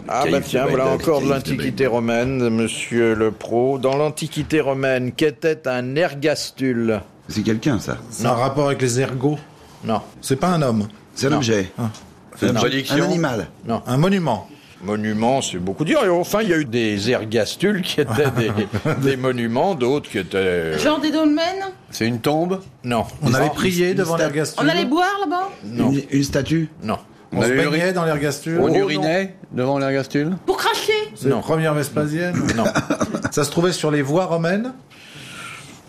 S3: Ah bah tiens, voilà encore de l'Antiquité romaine, de monsieur le pro. Dans l'Antiquité romaine, qu'était un ergastule
S9: C'est quelqu'un, ça.
S5: C'est un rapport avec les ergots.
S3: Non,
S5: C'est pas un homme.
S9: C'est un objet.
S6: C'est une
S9: Ah. Un
S6: prédiction.
S9: animal.
S5: Un monument.
S3: monument, c'est beaucoup dire. Et enfin, il y a eu des ergastules qui
S5: <laughs>
S3: étaient des, des monuments, d'autres qui étaient... euh,
S4: Genre des dolmens.
S6: C'est une tombe.
S3: Non,
S5: On allait prié devant
S8: sta-
S5: l'ergasture.
S4: On allait boire là-bas.
S9: Une, une statue.
S3: non.
S5: On se
S6: allait
S5: baignait dans
S6: On
S5: l'ergasture.
S6: urinait devant l'ergastule.
S4: Pour cracher.
S5: C'est la première Vespasienne.
S3: Non.
S5: Ça se trouvait sur les voies romaines.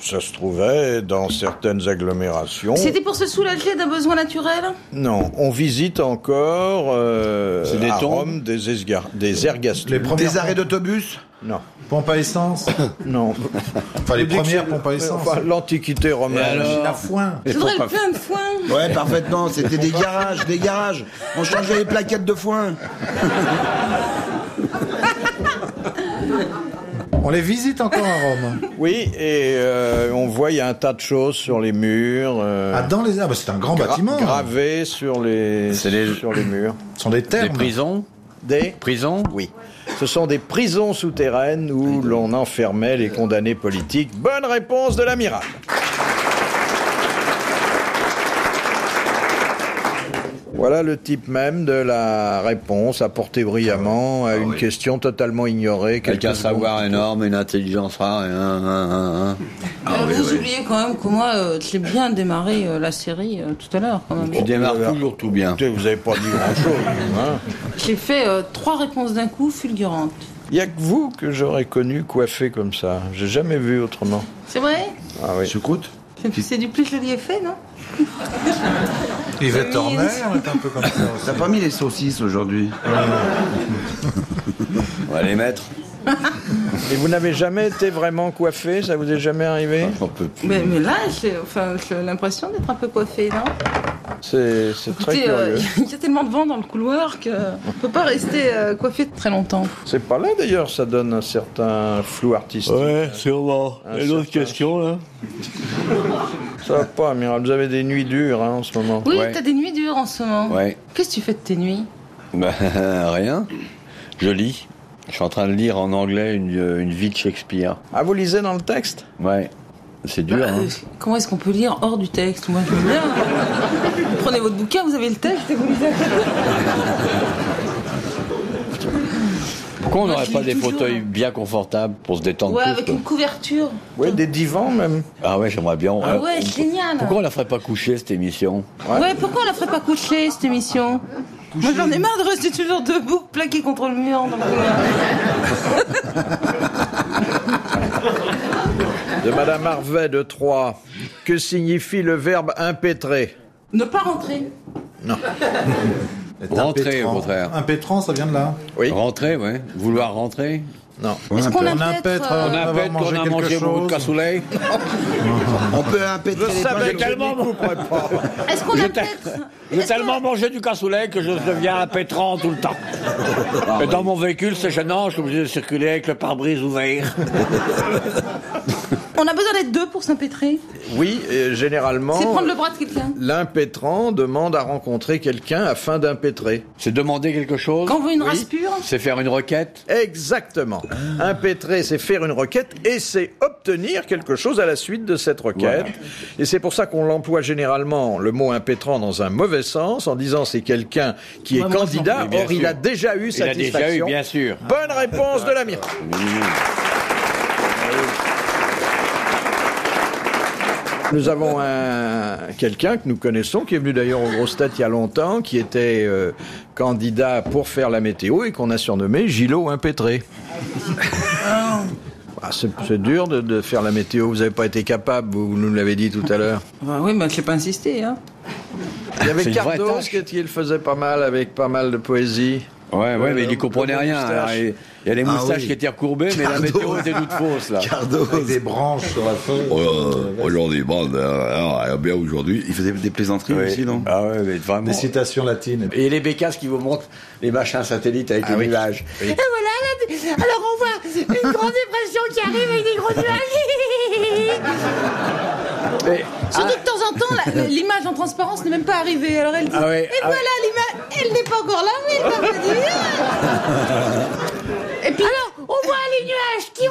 S3: Ça se trouvait dans certaines agglomérations.
S4: C'était pour se soulager d'un besoin naturel.
S3: Non, on visite encore euh,
S6: C'est des
S3: à
S6: tombes
S3: Rome des, esgar- des
S5: Les
S3: ergastules.
S5: premières
S8: Des arrêts d'autobus.
S3: Non,
S5: pompes à essence.
S3: non.
S5: <coughs> Enfin, les
S3: Je dis que
S5: premières
S3: c'est-
S5: pompes à essence.
S3: Enfin, L'Antiquité romaine.
S5: La foin.
S4: Je voudrais le plein de foin.
S8: Ouais, parfaitement. C'était des garages, des garages. On changeait les plaquettes de foin.
S5: On les visite encore à Rome. <laughs>
S3: Oui, et euh, on voit il y a un tas de choses sur les murs, euh,
S5: Ah, dans les... ah bah, c'est un grand
S3: gra-
S5: bâtiment.
S3: gravées sur les,
S6: C'est les-
S3: sur les murs.
S5: Ce sont des
S6: Des
S5: termes.
S6: prisons.
S3: Ah. Des
S6: Prisons.
S3: oui. Ce sont des prisons souterraines où l'on enfermait les condamnés politiques. Bonne réponse de l'amiral. Voilà le type même de la réponse apportée brillamment à une question totalement ignorée.
S6: Avec un savoir énorme, une intelligence rare et un, un, un, un.
S4: Alors,
S6: Ah oui,
S4: Euh, vous
S6: oui.
S4: oubliez quand même que moi, euh, j'ai bien démarré euh, la série euh, tout à l'heure, quand même.
S6: Tu démarres toujours tout bien.
S3: Vous n'avez pas dit grand-chose. hein.
S4: J'ai fait euh, trois réponses d'un coup fulgurantes.
S3: Il n'y a que vous que j'aurais connu coiffé comme ça. J'ai jamais vu autrement.
S4: C'est vrai
S3: Ah oui. Choucroute
S4: C'est- C'est du plus joli effet, non
S5: Yvette
S4: Oui,
S5: Horner
S4: oui.
S5: est un peu comme ça aussi.
S9: T'as pas mis les saucisses aujourd'hui
S6: On va les mettre.
S3: Et vous n'avez jamais été vraiment coiffé Ça vous est jamais arrivé
S6: On peut plus.
S4: mais, mais là, j'ai enfin, j'ai l'impression d'être un peu coiffée, non
S3: C'est c'est très
S4: Écoutez, euh,
S3: curieux.
S4: <laughs> il y a tellement de vent dans le couloir qu'on ne peut pas rester euh, coiffé très longtemps.
S3: C'est pas là d'ailleurs, ça donne un certain flou artistique.
S11: Ouais, sûrement.
S3: Ah,
S11: Et d'autres
S3: certain.
S11: questions, là
S3: Ça va pas, Amiral, vous avez des nuits dures hein, en ce moment.
S4: Oui, t'as des nuits dures en ce moment.
S6: Ouais.
S4: Qu'est-ce que tu fais de tes nuits
S6: Bah, <laughs> rien. Je lis. Je suis en train de lire en anglais une, euh, une vie de Shakespeare.
S3: Ah, vous lisez dans le texte
S6: Ouais. C'est dur,
S4: Bah,
S6: hein.
S4: euh, Comment est-ce qu'on peut lire hors du texte Moi, je veux
S6: <laughs>
S4: bien. Vous Prenez votre bouquin, vous avez le texte et vous lisez.
S6: Pourquoi on
S4: moi,
S6: n'aurait
S4: je
S6: pas
S4: lis
S6: des
S4: toujours,
S6: fauteuils
S4: hein.
S6: bien confortables pour se détendre
S4: Ouais,
S6: tous,
S4: avec
S6: quoi
S4: une couverture.
S3: Oui, des divans même.
S6: Ah ouais, j'aimerais bien.
S4: Ah
S6: Euh,
S4: ouais,
S6: on-
S4: génial.
S6: Pourquoi on la ferait pas coucher, cette émission
S4: Ouais. pourquoi on la ferait pas coucher, cette émission Moi, j'en ai marre de rester toujours debout, plaqué contre le mur dans le couloir.
S3: De Madame Harvey de Troyes. Que signifie le verbe impétrer
S4: Ne pas rentrer.
S6: Rentrer, au contraire.
S5: Un pétran, ça vient de là.
S3: Oui.
S6: Rentrer, ouais. Vouloir rentrer.
S3: Non.
S4: Est-ce qu'on
S5: On
S4: impètre
S5: impètre,
S4: euh,
S5: on
S6: On a
S5: avoir
S6: fait qu'on
S5: mangé
S6: a
S5: quelque
S6: mangé beaucoup de
S5: chose.
S6: cassoulet.
S9: On peut impétrer les pains.
S6: J'ai tellement,
S4: euh, Est-ce qu'on
S6: Je
S4: impètre <laughs>
S6: j'ai tellement mangé du cassoulet que je deviens impétrant tout le temps. Et dans mon véhicule, c'est gênant, je suis obligé de circuler avec le pare-brise ouvert.
S4: On a besoin d'être deux pour s'empêtrer
S3: Oui, et généralement.
S6: Oh.
S4: C'est prendre le bras de quelqu'un.
S3: L'impétrant demande à rencontrer quelqu'un afin d'impétrer.
S6: C'est demander quelque chose,
S4: Quand on veut une race pure
S6: c'est faire une requête.
S3: Exactement.
S6: Ah.
S3: Impétrer, c'est faire une requête et c'est obtenir quelque chose à la suite de cette requête. Et c'est pour ça qu'on l'emploie généralement, le mot impétrant, dans un mauvais sens, en disant c'est quelqu'un qui est
S4: Ouais, moi,
S3: candidat,
S6: Oui, bien
S3: or il
S6: sûr.
S3: a déjà eu
S6: Il a
S3: satisfaction.
S6: déjà eu, bien sûr.
S3: Bonne réponse de la mienne. Nous avons un quelqu'un que nous connaissons, qui est venu d'ailleurs aux grosses têtes il y a longtemps, qui était euh, candidat pour faire la météo et qu'on a surnommé Gilot Impétré. Ah, c'est c'est dur de, de faire la météo, vous n'avez pas été capable, vous, vous nous l'avez dit tout à l'heure.
S4: Bah oui, mais je pas insisté. Hein.
S3: Il y avait
S6: C'est une vraie
S3: Cardos
S6: tâche.
S3: qui qui le faisait pas mal, avec pas mal de poésie.
S6: Ouais, ouais,
S3: Euh,
S6: mais il
S3: le
S6: y comprenait
S3: beau
S6: rien.
S3: moustache.
S6: Alors, Il il y a les
S9: Ah
S6: moustaches
S9: oui.
S6: qui étaient recourbées, mais la météo était toute fausse, là.
S9: Cardo,
S5: Des branches sur la feuille.
S6: Oh,
S9: aujourd'hui, bon, bien aujourd'hui. Il faisait des plaisanteries
S6: Oui.
S9: aussi, non
S6: Ah ouais, mais vraiment.
S5: Des citations latines.
S6: Et les bécasses qui vous montrent les machins satellites
S3: Ah
S6: avec les nuages.
S7: Et
S4: Ah,
S7: voilà, là, alors on voit une grande dépression qui arrive avec des gros nuages.
S6: Ah.
S4: Surtout que de temps en temps, la- l'image en transparence n'est même pas arrivée. Alors elle dit
S6: Ah ouais,
S4: Et
S6: ah
S4: voilà, l'image, elle n'est pas encore là, mais elle va venir.
S6: <laughs>
S4: Et
S6: Ah.
S4: puis,
S7: Alors on voit les nuages qui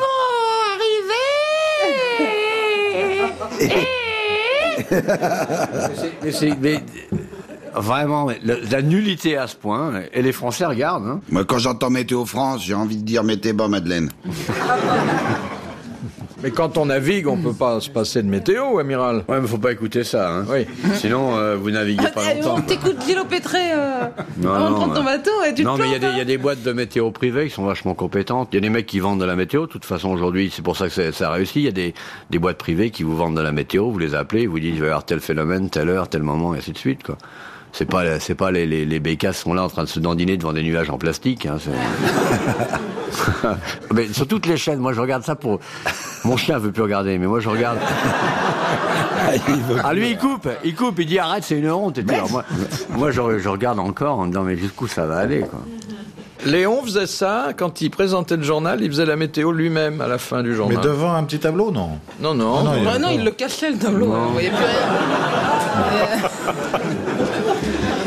S7: vont arriver. Et-
S6: Mais c'est- mais- vraiment, mais le- la nullité à ce point, et les Français regardent. hein.
S9: Moi, quand j'entends Météo France, j'ai envie de dire mettez bas Madeleine.
S3: Mais quand on navigue, on peut pas se passer de météo, amiral.
S6: Ouais, mais faut pas écouter ça. hein.
S3: Oui.
S6: Sinon, euh, vous naviguez pas longtemps.
S4: on t'écoute Gilles Pétré euh,
S6: Non,
S4: avant de
S6: non,
S4: prendre ton
S6: ouais.
S4: bateau et tu te
S6: non, mais il y, a
S4: plantes,
S6: des- il y a des boîtes de météo privées qui sont vachement compétentes. Il y a des mecs qui vendent de la météo. De toute façon, aujourd'hui, c'est pour ça que ça, ça a réussi. Il y a des, des boîtes privées qui vous vendent de la météo. Vous les appelez, ils vous disent, il va y avoir tel phénomène, telle heure, tel moment, et ainsi de suite. Quoi. C'est pas, c'est pas les, les, les bécasses sont là en train de se dandiner devant des nuages en plastique. hein, c'est- <laughs> mais sur toutes les chaînes, moi je regarde ça pour. Mon chien veut plus regarder, mais moi je regarde. Ah lui il coupe, il coupe, il dit arrête c'est une honte. Et tout. Alors, moi, moi je, je regarde encore en me disant mais jusqu'où ça va aller quoi.
S3: Léon faisait ça quand il présentait le journal, il faisait la météo lui-même à la fin du journal.
S5: Mais devant un petit tableau, non
S3: Non, non.
S5: Ah
S4: hein.
S5: non,
S4: Ah non, il le cachait le tableau, hein, vous voyez plus rien. Euh,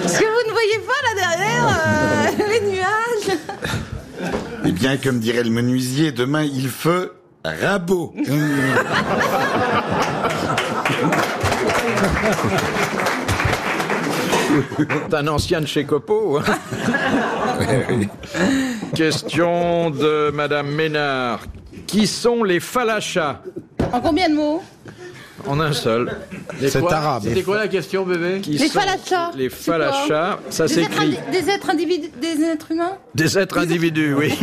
S4: Ce que vous ne voyez pas là derrière, euh, les nuages.
S9: Eh bien, comme dirait le menuisier, demain il feu rabot.
S3: T'es un ancien de chez Copo. hein. Question de Madame Ménard. Qui sont les falachas
S4: En combien de mots
S3: En un seul.
S5: C'est
S6: quoi-
S5: arabe.
S6: C'était quoi la question, bébé
S3: Qui
S4: Les
S3: sont
S4: falachas.
S3: Les
S4: c'est quoi
S3: falachas, ça
S4: Des êtres
S3: s'écrit
S4: indi- Des êtres individus, des êtres humains
S3: des êtres individus, oui.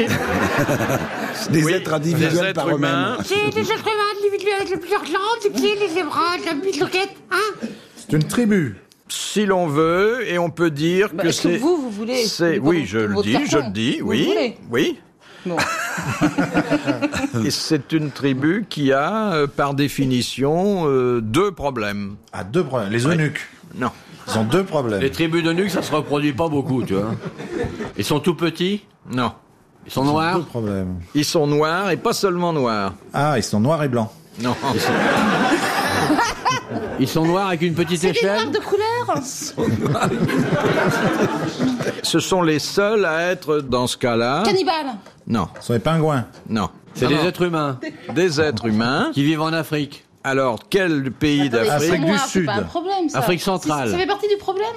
S8: Des
S3: Oui,
S8: êtres individuels
S3: des êtres
S8: par
S3: humains.
S8: eux-mêmes.
S7: C'est des êtres humains individuels avec les plusieurs jambes, des pieds, des bras, de la bite, loquette, hein
S5: C'est une tribu.
S3: Si l'on veut, et on peut dire
S4: Bah,
S3: que
S4: est-ce que
S3: c'est.
S4: vous, vous voulez
S3: c'est-
S4: C'est pas
S3: Oui,
S4: votre-
S3: je le
S4: votre
S3: dis, je
S4: carton.
S3: le dis,
S4: Vous
S3: oui.
S4: voulez
S3: Oui.
S4: Bon.
S3: <laughs> Et c'est une tribu qui a, euh, par définition, euh, deux problèmes.
S5: Ah, deux problèmes. Les eunuques.
S3: Non.
S5: Ils ont deux
S6: Les
S5: problèmes.
S6: tribus de nuques, ça se reproduit pas beaucoup, tu vois. Ils sont tout petits,
S3: Non.
S6: ils sont noirs.
S5: Deux problèmes.
S3: Ils sont noirs et pas seulement noirs.
S5: Ah, ils sont noirs et blancs.
S6: <laughs>
S3: Non.
S6: Ils sont noirs avec une petite
S4: C'est des
S6: échelle.
S4: noirs de couleur
S3: Ce sont les seuls à être dans ce cas-là.
S4: Cannibales
S3: Non,
S5: Ce sont les pingouins.
S3: Ah non.
S6: C'est des êtres humains
S3: Des êtres humains.
S6: qui vivent en Afrique.
S3: Alors, quel pays
S5: Afrique
S3: d'Afrique
S5: du Sud.
S4: C'est pas un problème, ça.
S6: Afrique centrale.
S4: Ça- Ça fait partie du problème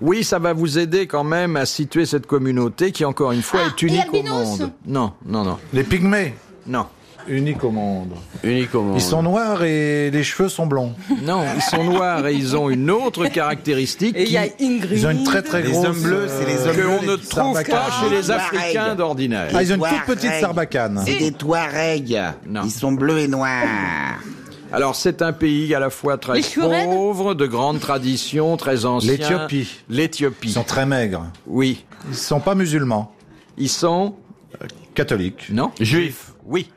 S3: Oui, ça va vous aider quand même à situer cette communauté qui, encore une fois,
S4: Ah,
S3: est unique
S4: les
S3: au
S4: albinos
S3: monde. Non, non, non,
S5: Les pygmées.
S3: non.
S5: Unique au monde.
S6: Unique au monde.
S5: Ils sont noirs et les cheveux sont blonds.
S3: Non, ils sont noirs et ils ont une autre caractéristique
S4: Et il y a
S3: qui-
S4: Ingrid.
S5: Ils ont une très très
S8: Les
S5: grosse. euh,
S8: hommes bleus, c'est les hommes
S3: que
S8: bleus,
S3: on ne
S8: les
S3: trouve pas
S5: sarbacane.
S3: chez les
S9: Ah,
S3: Africains
S9: pareil.
S3: d'ordinaire.
S5: Ah, ils ont une toute
S9: Noirs,
S5: petite
S9: règles.
S5: sarbacane.
S9: C'est des Touaregs.
S3: Non.
S9: Ils sont bleus et noirs.
S3: Alors, c'est un pays à la fois très
S4: Les Tuaregs
S3: pauvre, de grandes traditions, très ancien.
S5: L'Éthiopie. Ils
S3: L'Éthiopie.
S5: sont très maigres.
S3: Oui.
S5: Ils sont pas musulmans.
S3: Ils sont
S5: Catholiques.
S3: Non Juifs, oui.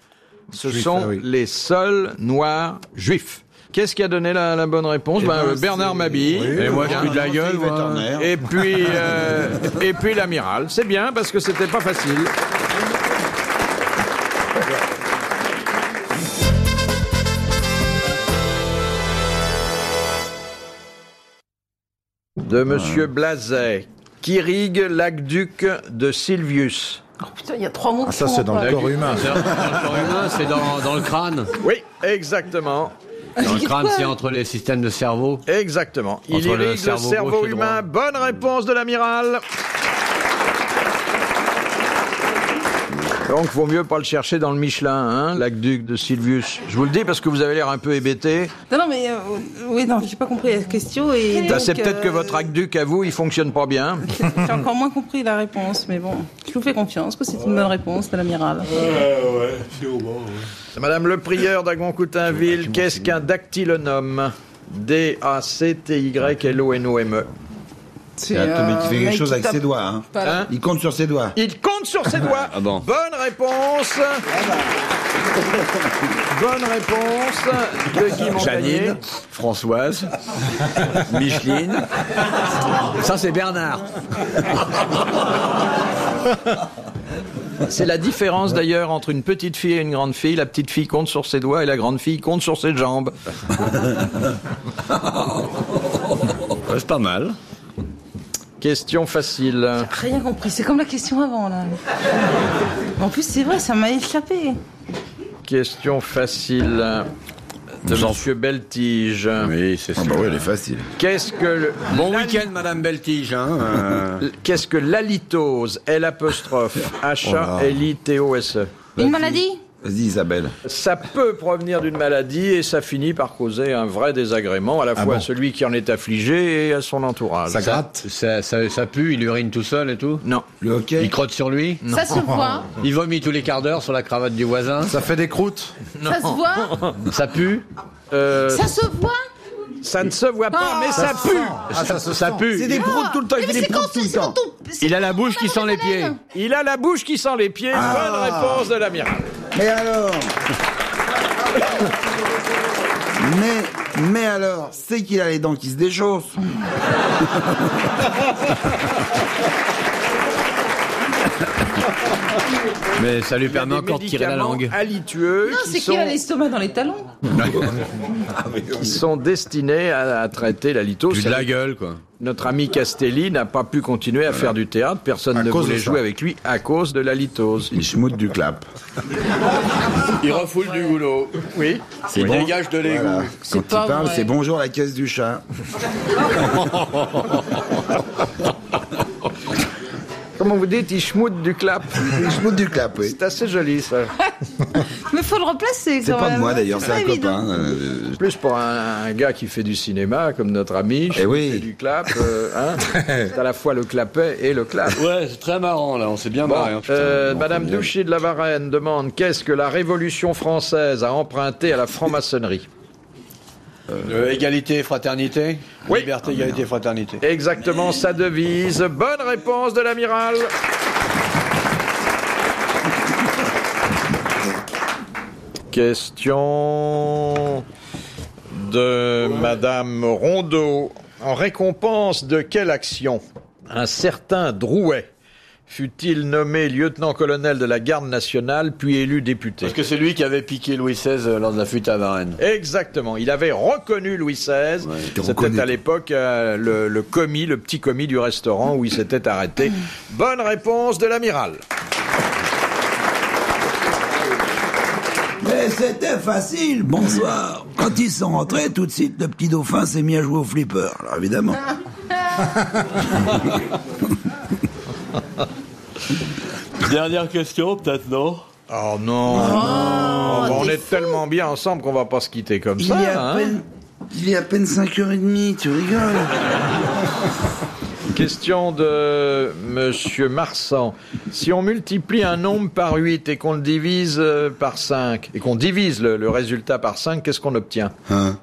S3: Ce
S5: Juifs,
S3: sont
S5: ah oui.
S3: les seuls noirs juifs. Qu'est-ce qui a donné la, la bonne réponse
S5: Eh
S3: Ben,
S5: ben,
S3: euh, Bernard
S5: c'est- Eh,
S3: Mabille.
S5: Oui, Et
S6: moi, je suis de la gueule, moi.
S3: Et puis, euh, et puis l'amiral. C'est bien parce que c'était pas facile. De Monsieur Blazet, qui rigue l'aqueduc de Silvius.
S4: Oh putain, il y a trois mots.
S5: Ah, ça, c'est dans le corps humain.
S6: C'est dans- dans le corps humain, c'est dans, dans le crâne.
S3: Oui, exactement.
S6: Dans le
S4: Qu'est-ce
S6: crâne,
S4: que-
S6: c'est entre les systèmes de cerveau.
S3: Exactement. Il
S6: Entre le
S3: irrigue le cerveau,
S6: cerveau gauche et
S3: humain. Bonne réponse de l'amiral. Donc, vaut mieux pas le chercher dans le Michelin, hein, l'aqueduc de Silvius. Je vous le dis parce que vous avez l'air un peu hébété.
S4: Non, non, mais. euh, oui, non, j'ai pas compris la question. Et
S3: Bah,
S4: donc,
S3: C'est peut-être
S4: euh,
S3: que votre aqueduc à vous, il fonctionne pas bien.
S4: J'ai encore moins compris la réponse, mais bon. Je vous fais confiance que c'est une bonne réponse de l'amiral.
S3: Madame le prieur d'Agon-Coutainville, qu'est-ce qu'un dactylonome D-A-C-T-Y-L-O-N-O-M-E.
S4: C'est
S8: un mec
S4: euh,
S8: qui fait quelque chose avec ses
S4: doigts.
S8: doigts. hein.
S3: Hein
S8: Il compte sur ses doigts.
S3: Il compte sur ses doigts.
S6: Ah bon.
S3: Bonne réponse. Bonne réponse de Guy Montagnier.
S6: Janine, Françoise, Micheline. Ça, c'est Bernard.
S3: C'est la différence d'ailleurs entre une petite fille et une grande fille. La petite fille compte sur ses doigts et la grande fille compte sur ses jambes.
S6: Ouais, C'est pas mal.
S3: Question facile.
S4: Rien compris, c'est comme la question avant là. en plus, c'est vrai, ça m'a échappé.
S3: Question facile de Monsieur Beltige.
S6: Oui, c'est ça.
S9: bah elle est facile.
S3: Qu'est-ce que le-
S6: Bon week-end, Madame Beltige. Hein, euh.
S3: qu'est-ce que l'halitose L apostrophe
S6: Oh
S3: H A L I T O S E.
S4: Une maladie
S9: Vas-y, Isabelle.
S3: Ça peut provenir d'une maladie et ça finit par causer un vrai désagrément à
S8: Ah
S3: la fois à
S5: bon
S3: celui qui en est affligé et à son entourage.
S5: Ça gratte.
S6: ça, ça- ça pue, il urine tout seul et tout.
S3: Non.
S8: Le
S6: Il
S8: hockey
S6: crotte sur lui.
S4: Ça
S9: <laughs>
S4: se voit
S6: Il vomit tous les quarts d'heure sur la cravate du voisin.
S5: Ça fait des croûtes.
S4: Ça se voit
S6: Ça pue.
S3: Euh,
S4: Ça se voit
S3: ça ne se voit pas, mais ça, pue.
S5: Ah, ça se
S6: Ça
S5: sent.
S6: pue.
S8: C'est des proutes tout le temps,
S4: Mais
S8: il fait
S4: Ah. c'est
S8: des
S4: quand
S8: proutes tout le
S4: c'est quand
S8: temps.
S4: on- c'est
S6: Il a la
S4: quand
S6: bouche
S4: on
S6: qui sent les
S4: mauvaise
S6: pieds.
S4: haleine.
S3: Il a la bouche qui sent les pieds.
S8: Ah.
S3: Bonne réponse de l'amiral.
S8: Mais alors <laughs> Mais, mais alors, c'est qu'il a les dents qui se déchaussent.
S6: Mais ça lui permet
S3: Des
S6: encore de tirer la
S3: médicaments
S6: langue.
S3: Halitueux
S4: Non,
S3: qui,
S4: c'est qu'il a
S3: sont,
S4: l'estomac dans les talons.
S3: <laughs> qui sont destinés à, à traiter la
S6: Plus
S3: litose.
S6: de la gueule, quoi.
S3: Notre ami Castelli n'a pas pu continuer à faire du théâtre. Personne
S5: À
S3: ne
S5: cause
S3: voulait
S5: de ça.
S3: jouer avec lui à cause de la litose.
S9: Il schmoute du clap.
S3: Il refoule du goulot. Oui.
S8: C'est
S3: Il
S8: bon.
S3: dégage de l'égout.
S8: Voilà. Quand
S3: pas
S8: il parle,
S3: vrai.
S8: c'est bonjour la caisse du chat.
S3: Comment vous dites, il schmoute du clap
S8: Il schmoute du clap, oui. Euh,
S3: C'est assez joli, ça.
S4: Mais faut le replacer
S8: C'est
S4: quand
S8: pas
S4: même. hein.
S8: moi d'ailleurs, c'est
S4: pas
S8: un
S4: évident.
S8: copain. euh,
S3: Plus pour un, un gars qui fait du cinéma, comme notre ami,
S8: Eh oui.
S3: qui fait du clap, euh,
S8: <laughs>
S3: hein, c'est à la fois le clapet et le clap.
S8: Ah,
S6: Ouais, c'est très marrant, là, on s'est bien
S3: Bon,
S6: marré. hein, putain.
S3: euh,
S6: Bon,
S3: Madame
S6: faut bien.
S3: Douchy de la Varenne demande qu'est-ce que la Révolution française a emprunté à la franc-maçonnerie
S6: Euh, Ah, égalité, fraternité
S3: Oui.
S6: Liberté, égalité, fraternité.
S3: Exactement sa devise. Bonne réponse de l'amiral. Question de Madame Rondeau. En récompense de quelle action un certain Drouet fut-il nommé lieutenant-colonel de la garde nationale puis élu député
S6: Parce que c'est lui qui avait piqué Louis XVI lors de la fuite à Varennes.
S3: Exactement. Il avait reconnu Louis XVI. C'était
S8: reconnu.
S3: à l'époque euh, le, le commis, le petit commis du restaurant où il
S8: <laughs>
S3: s'était arrêté. Bonne réponse de l'amiral.
S11: Mais c'était facile, bonsoir. Quand ils sont rentrés, tout de suite, le petit dauphin s'est mis à jouer au flipper. Alors évidemment.
S6: Dernière question, peut-être, non
S3: Oh non, Oh, bah, On est tellement bien ensemble qu'on va pas se quitter comme
S8: Il
S3: ça.
S8: est à
S3: hein.
S8: peine. Il est à peine 5h30, tu rigoles.
S3: Question de Monsieur Marsan. Si on multiplie un nombre par 8 et qu'on le divise euh, par 5, et qu'on divise le, le résultat par 5, qu'est-ce qu'on obtient
S8: Hein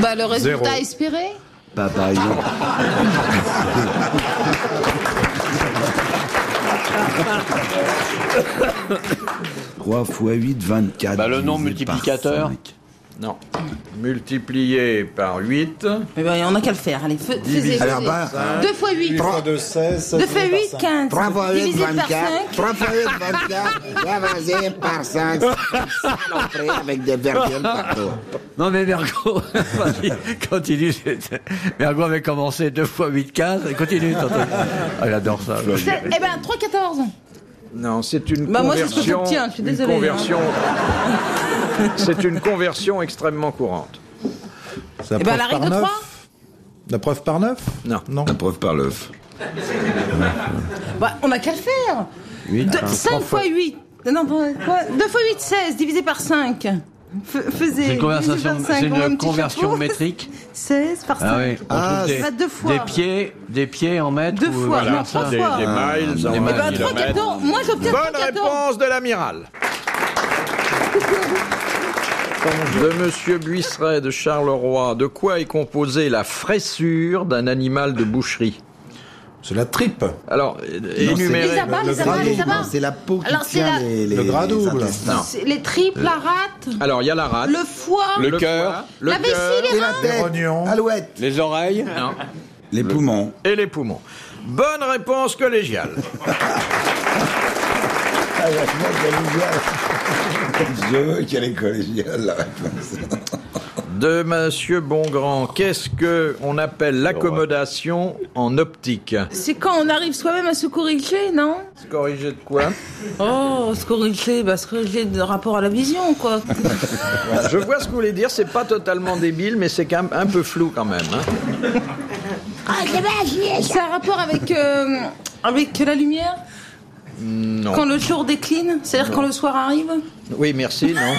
S4: Bah, le résultat
S5: Zéro.
S4: espéré.
S8: Pas par exemple.
S11: Trois fois 8, 24.
S6: Bah, le nombre
S11: divisé par
S6: multiplicateur.
S11: cinq.
S3: Non. Multiplié par 8.
S4: Mais ben, on a qu'à le faire. Allez, fais- faisez.
S8: Alors,
S4: faisez.
S8: bah,
S4: 2 fois 8.
S5: 2, 16.
S8: Eh
S4: 2 fois 8, 15.
S9: 3 fois 8,
S4: Divisé par
S9: 24.
S4: 5.
S9: 3 fois 8, 24. Divisé par 5. Saloperie avec des virgules partout.
S6: Non, mais Mergo, <laughs> continue. Mergo avait commencé 2 fois 8, 15. Continue, t'entends. Ah, il adore ça.
S4: Eh ben, 3, 14.
S3: Non, c'est une
S4: Bah, moi, c'est ce que
S3: conversion.
S4: j'obtiens, je suis
S3: une
S4: désolée, hein.
S3: conversion. <laughs>
S4: <laughs>
S3: c'est une conversion extrêmement courante.
S5: Ça
S4: Eh ben, la règle de trois.
S5: La preuve par 9
S3: Non.
S5: Non.
S8: La preuve par l'œuf.
S4: Bah, on a qu'à le faire. 5 fois 8. Non, bon, quoi 2 fois 8, 16. Divisé par 5. Faisez.
S6: C'est une
S4: divisé
S6: conversation,
S4: par cinq,
S6: c'est
S4: on met un
S6: une
S4: petit
S6: conversion
S4: chapeau. <laughs>
S6: métrique.
S4: 16 par 5.
S6: Ah oui, on
S8: Ah,
S6: trouve
S4: Bah,
S6: des,
S4: deux fois.
S6: des pieds, des pieds en mètres.
S4: Deux
S6: ou-
S4: fois,
S6: voilà,
S4: non, trois
S6: ça.
S3: Des,
S4: fois.
S3: Ah, des miles, en
S6: Des miles.
S4: Bah, 3,
S3: kilomètres.
S4: 14. Moi, j'obtiens 3,
S3: Bonne
S4: 14.
S3: réponse de l'amiral. De Monsieur Buisseret de Charleroi, de quoi est composée la fraissure d'un animal de boucherie
S5: C'est la tripe.
S8: Ah,
S3: Alors, énumérez.
S4: Les abats, les abats, les abats.
S8: C'est la peau qui
S4: Alors, c'est
S8: tient
S4: la-
S8: les, les,
S5: Le gras
S8: les
S5: double.
S8: intestins.
S4: C'est Les triples, la rate,
S3: Alors, il y a la rate,
S4: le foie,
S6: Le cœur,
S3: Euh, le
S4: la vessie,
S3: cœur
S4: les
S8: Et
S4: reins.
S8: la tête.
S5: rognons.
S8: Alouette.
S6: les oreilles.
S8: Les poumons.
S3: et les poumons. Bonne réponse collégiale.
S8: Ah, la fenêtre, elle est géniale. Je veux qu'elle est collégiale, la réponse.
S3: De Monsieur Bongrand, qu'est-ce que on appelle l'accommodation en optique
S4: C'est quand on arrive soi-même à se corriger, non
S3: Corrigé de quoi
S4: Oh, se corriger, bah, se corriger de rapport à la vision, quoi.
S3: Je vois ce que vous voulez dire, c'est pas totalement débile, mais c'est quand même un peu flou quand même. hein.
S7: <laughs> Ah, c'est magique.
S4: C'est un rapport avec, euh, avec la lumière
S3: Mm, Non.
S4: Quand le jour décline C'est-à-dire quand le soir arrive
S3: Oui, merci, non.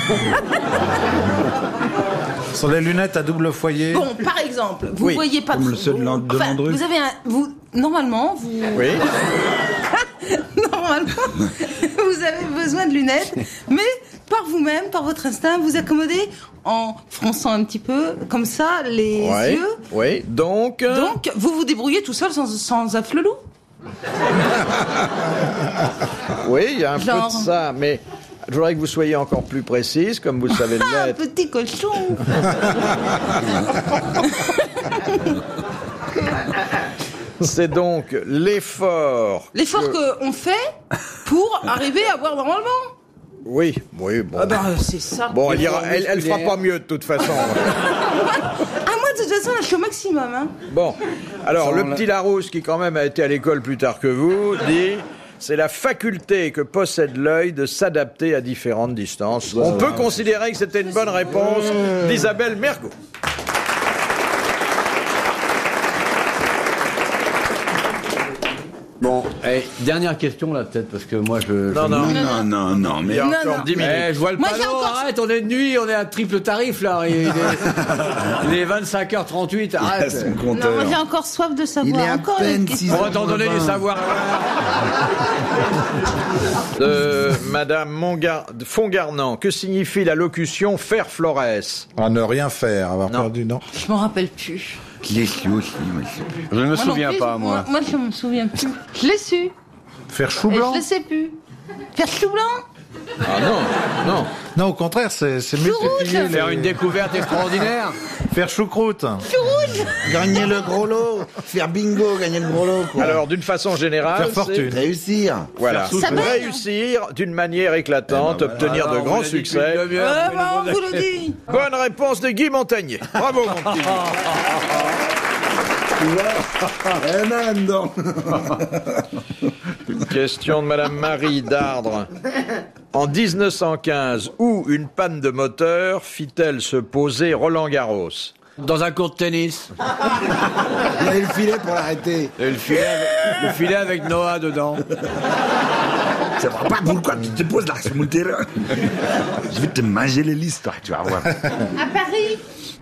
S5: Sur les lunettes à double foyer.
S4: Bon, par exemple, vous
S3: Oui,
S4: voyez pas
S8: comme
S4: trop-
S8: le ceux de l'an- de
S4: Enfin,
S8: Landru.
S4: Vous avez un. Vous, normalement, vous. <laughs>
S3: Oui. <laughs>
S4: Normalement, vous avez besoin de lunettes, mais par vous-même, par votre instinct, vous accommodez en fronçant un petit peu, comme ça, les
S3: Ouais,
S4: yeux.
S3: Oui. Donc. euh,
S4: Donc, vous vous débrouillez tout seul sans, sans afflelou
S3: oui, il y a un
S4: Genre.
S3: peu de ça, mais je voudrais que vous soyez encore plus précise, comme vous le savez
S4: <laughs> Ah,
S3: l'être.
S4: petit cochon
S3: C'est donc l'effort.
S4: L'effort qu'on fait pour arriver à voir normalement.
S3: Oui, oui, bon.
S4: Ah bah, c'est ça.
S3: Bon, elle, ira- elle, elle fera pas mieux de toute façon.
S4: Ah, moi, de toute façon, là, je suis au maximum. Hein.
S3: Bon, alors
S6: Ça,
S3: le
S6: on l'a-
S3: petit Larousse, qui quand même a été à l'école plus tard que vous, dit c'est la faculté que possède l'œil de s'adapter à différentes distances. On peut considérer que c'était une bonne réponse d'Isabelle Mergo.
S6: Bon, eh, dernière question là peut-être parce que moi je.
S3: Non, non. Non,
S11: non, non, mais-
S6: Il y a
S11: Non,
S6: encore
S11: non.
S6: 10 minutes. Eh, je vois le
S11: Moi, j'ai
S6: panneau.
S11: encore-
S6: Arrête, on est de nuit, on est à triple tarif là. Il est, il est 25h38. Arrête.
S4: Non, moi j'ai encore soif de savoir. encore une question.
S6: On va t'en donner des savoirs.
S3: de euh, Madame Mongar- Fongarnan. Que signifie la locution faire florès
S5: À ne rien faire, avoir perdu, non
S4: Je m'en rappelle plus.
S5: Qui est aussi,
S6: Je ne
S4: Moi non plus, Moi, je me souviens plus. Je l'ai su.
S5: Faire chou
S4: Et
S5: blanc
S4: Je le sais plus. Faire chou blanc
S3: Ah non, non.
S5: Non, au contraire, c'est c'est
S4: Chou
S5: multiplier.
S4: rouge. Faire une
S3: <laughs>
S6: découverte extraordinaire.
S5: Faire choucroute.
S4: Chou rouge
S9: Gagner le gros lot. Faire bingo, gagner le gros lot. Quoi.
S3: Alors, d'une façon générale,
S9: Faire fortune.
S3: c'est-
S9: Réussir.
S3: Voilà.
S9: Faire souffrir.
S3: Réussir d'une manière éclatante,
S9: Eh
S3: obtenir de
S9: Alors,
S6: Ah,
S9: ben Ah, on
S3: grands
S9: l'a dit depuis
S3: succès.
S9: une demi-heure,
S4: Eh mais ben, on le vous le voilà. dit.
S3: Bonne réponse de Guy Montagnier. Bravo, mon petit. Une question de Madame Marie Dardre. En 1915, où une panne de moteur fit-elle se poser Roland Garros
S6: Dans un court de
S3: <laughs>
S6: tennis.
S9: Il y avait le filet pour l'arrêter.
S6: le filet, avec- le filet avec Noah dedans.
S11: Ça va pas pourquoi tu te poses là sur mon terrain. Je vais te manger les listes, toi, tu vas
S9: <laughs>
S11: voir.
S4: À Paris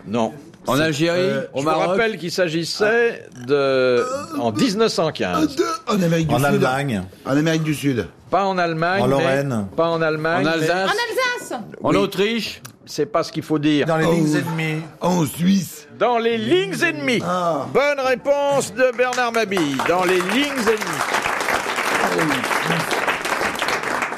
S3: Non.
S6: En Algérie, au
S3: euh, Je vous
S6: Maroc.
S3: rappelle qu'il s'agissait de. en 1915.
S9: En Amérique du
S5: En
S9: Sud.
S5: Allemagne.
S9: En Amérique du Sud.
S3: Pas en Allemagne.
S5: En
S3: mais-
S5: Lorraine.
S3: pas en Allemagne.
S6: En
S3: mais-
S4: En
S6: Alsace.
S4: Alsace
S6: En Autriche.
S3: C'est pas ce qu'il faut dire.
S5: Dans les
S11: Oh.
S5: lignes ennemies.
S11: En Suisse.
S3: Dans les lignes ennemies.
S6: Ah.
S3: Bonne réponse de Bernard Mabille. Dans les lignes ennemies.
S6: Oh,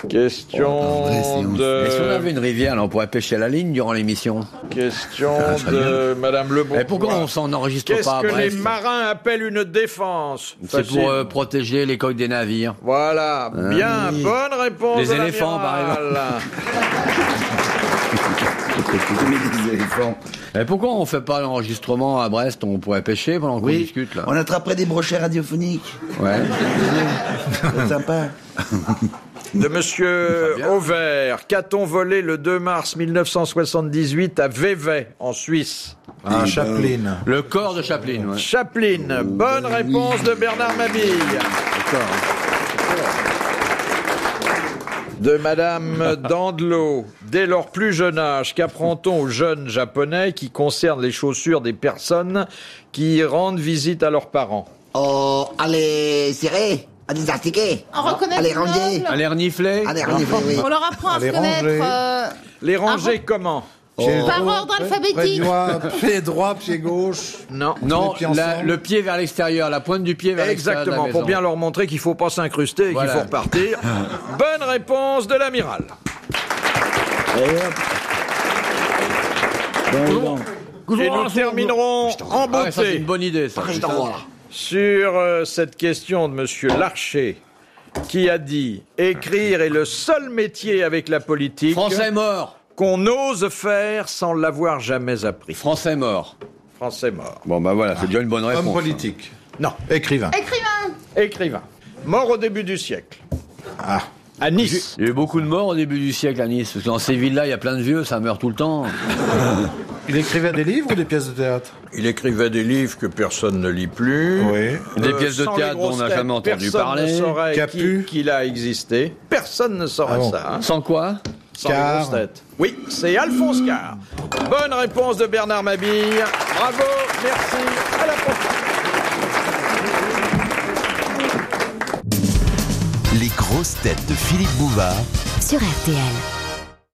S3: Question
S6: Mais si on
S3: de,
S6: avait une rivière, là, on pourrait pêcher à la ligne durant l'émission.
S3: question de Madame Lebon.
S6: Ah, Mais pourquoi on s'en enregistre
S3: Qu'est-ce
S6: pas à
S3: que les
S6: Brest
S3: marins appellent une défense
S6: C'est
S3: Facile.
S6: pour euh, protéger les coques des navires.
S3: Voilà, bien,
S6: oui.
S3: bonne réponse.
S6: Les
S3: de
S6: éléphants, par
S3: l'amiral.
S9: Les éléphants.
S6: Et pourquoi on fait pas l'enregistrement à Brest On pourrait pêcher pendant qu'on
S9: Oui.
S6: discute là.
S9: On attraperait des brochets radiophoniques.
S6: Ouais.
S9: C'est sympa.
S3: De
S6: <laughs>
S3: Monsieur Auvert, qu'a-t-on volé le 2 mars 1978 à Vevey, en Suisse
S5: Un chapeline.
S6: Le corps de Chaplin. Ouais.
S3: Chaplin, bonne réponse de Bernard Mabille. De Madame Dandelot, dès leur plus jeune âge, qu'apprend-on aux jeunes japonais qui concerne les chaussures des personnes qui y rendent visite à leurs parents
S9: Oh, allez, serrer. Allez, artiquer.
S4: On reconnaît
S9: Allez,
S4: les
S9: ranger.
S4: nobles.
S6: Un air niflé.
S9: Allez, rendez-vous, oui.
S4: On leur apprend à se
S5: Allez,
S4: connaître
S5: rangez.
S4: euh,
S3: Les
S4: Ah
S3: ranger
S4: bon
S3: comment
S4: par ordre
S5: Pied
S4: alphabétique.
S5: droit, pied droit, pied gauche.
S3: Non.
S6: Non,
S5: Les pieds
S6: la-
S5: ensemble.
S6: le pied vers l'extérieur, la pointe du pied vers l'extérieur. de la
S3: Exactement, pour
S6: maison.
S3: bien leur montrer qu'il faut pas s'incruster et
S6: Voilà.
S3: qu'il faut
S6: <laughs>
S3: repartir. Bonne réponse de l'amiral. Et nous terminerons en
S6: Ah ouais, ça, c'est
S3: beauté
S6: une bonne idée. Ça.
S3: sur euh, cette question de Monsieur Larcher, qui a dit écrire est le seul métier avec la politique
S6: Français mort.
S3: qu'on ose faire sans l'avoir jamais appris.
S6: Français mort.
S3: Français mort.
S6: Bon bah voilà, c'est déjà une bonne réponse.
S5: Homme politique.
S3: Non,
S5: Écrivain.
S4: Écrivain
S3: écrivain. Mort au début du siècle.
S5: Ah.
S3: À Nice.
S6: Il y a eu beaucoup de morts au début du siècle à Nice. Parce que dans ces villes-là, il y a plein de vieux, ça meurt tout le temps.
S5: Il écrivait des livres ou des pièces de théâtre
S3: Il écrivait des livres que personne ne lit plus.
S5: Oui.
S6: Des
S3: Euh,
S6: pièces de
S3: sans les
S6: théâtre dont on
S3: grosses
S6: n'a
S3: têtes,
S6: jamais entendu
S3: personne
S6: parler.
S3: ne saurait
S5: Capu.
S3: qui- qu'il a existé. Personne ne saurait
S5: Ah bon.
S3: ça. hein,
S6: Sans quoi
S3: sans les grosses
S5: Carr.
S3: têtes. Oui, c'est Alphonse Carr. Bonne réponse de Bernard Mabille. Bravo, merci. À la prochaine.
S1: Les grosses têtes de Philippe Bouvard
S12: sur RTL.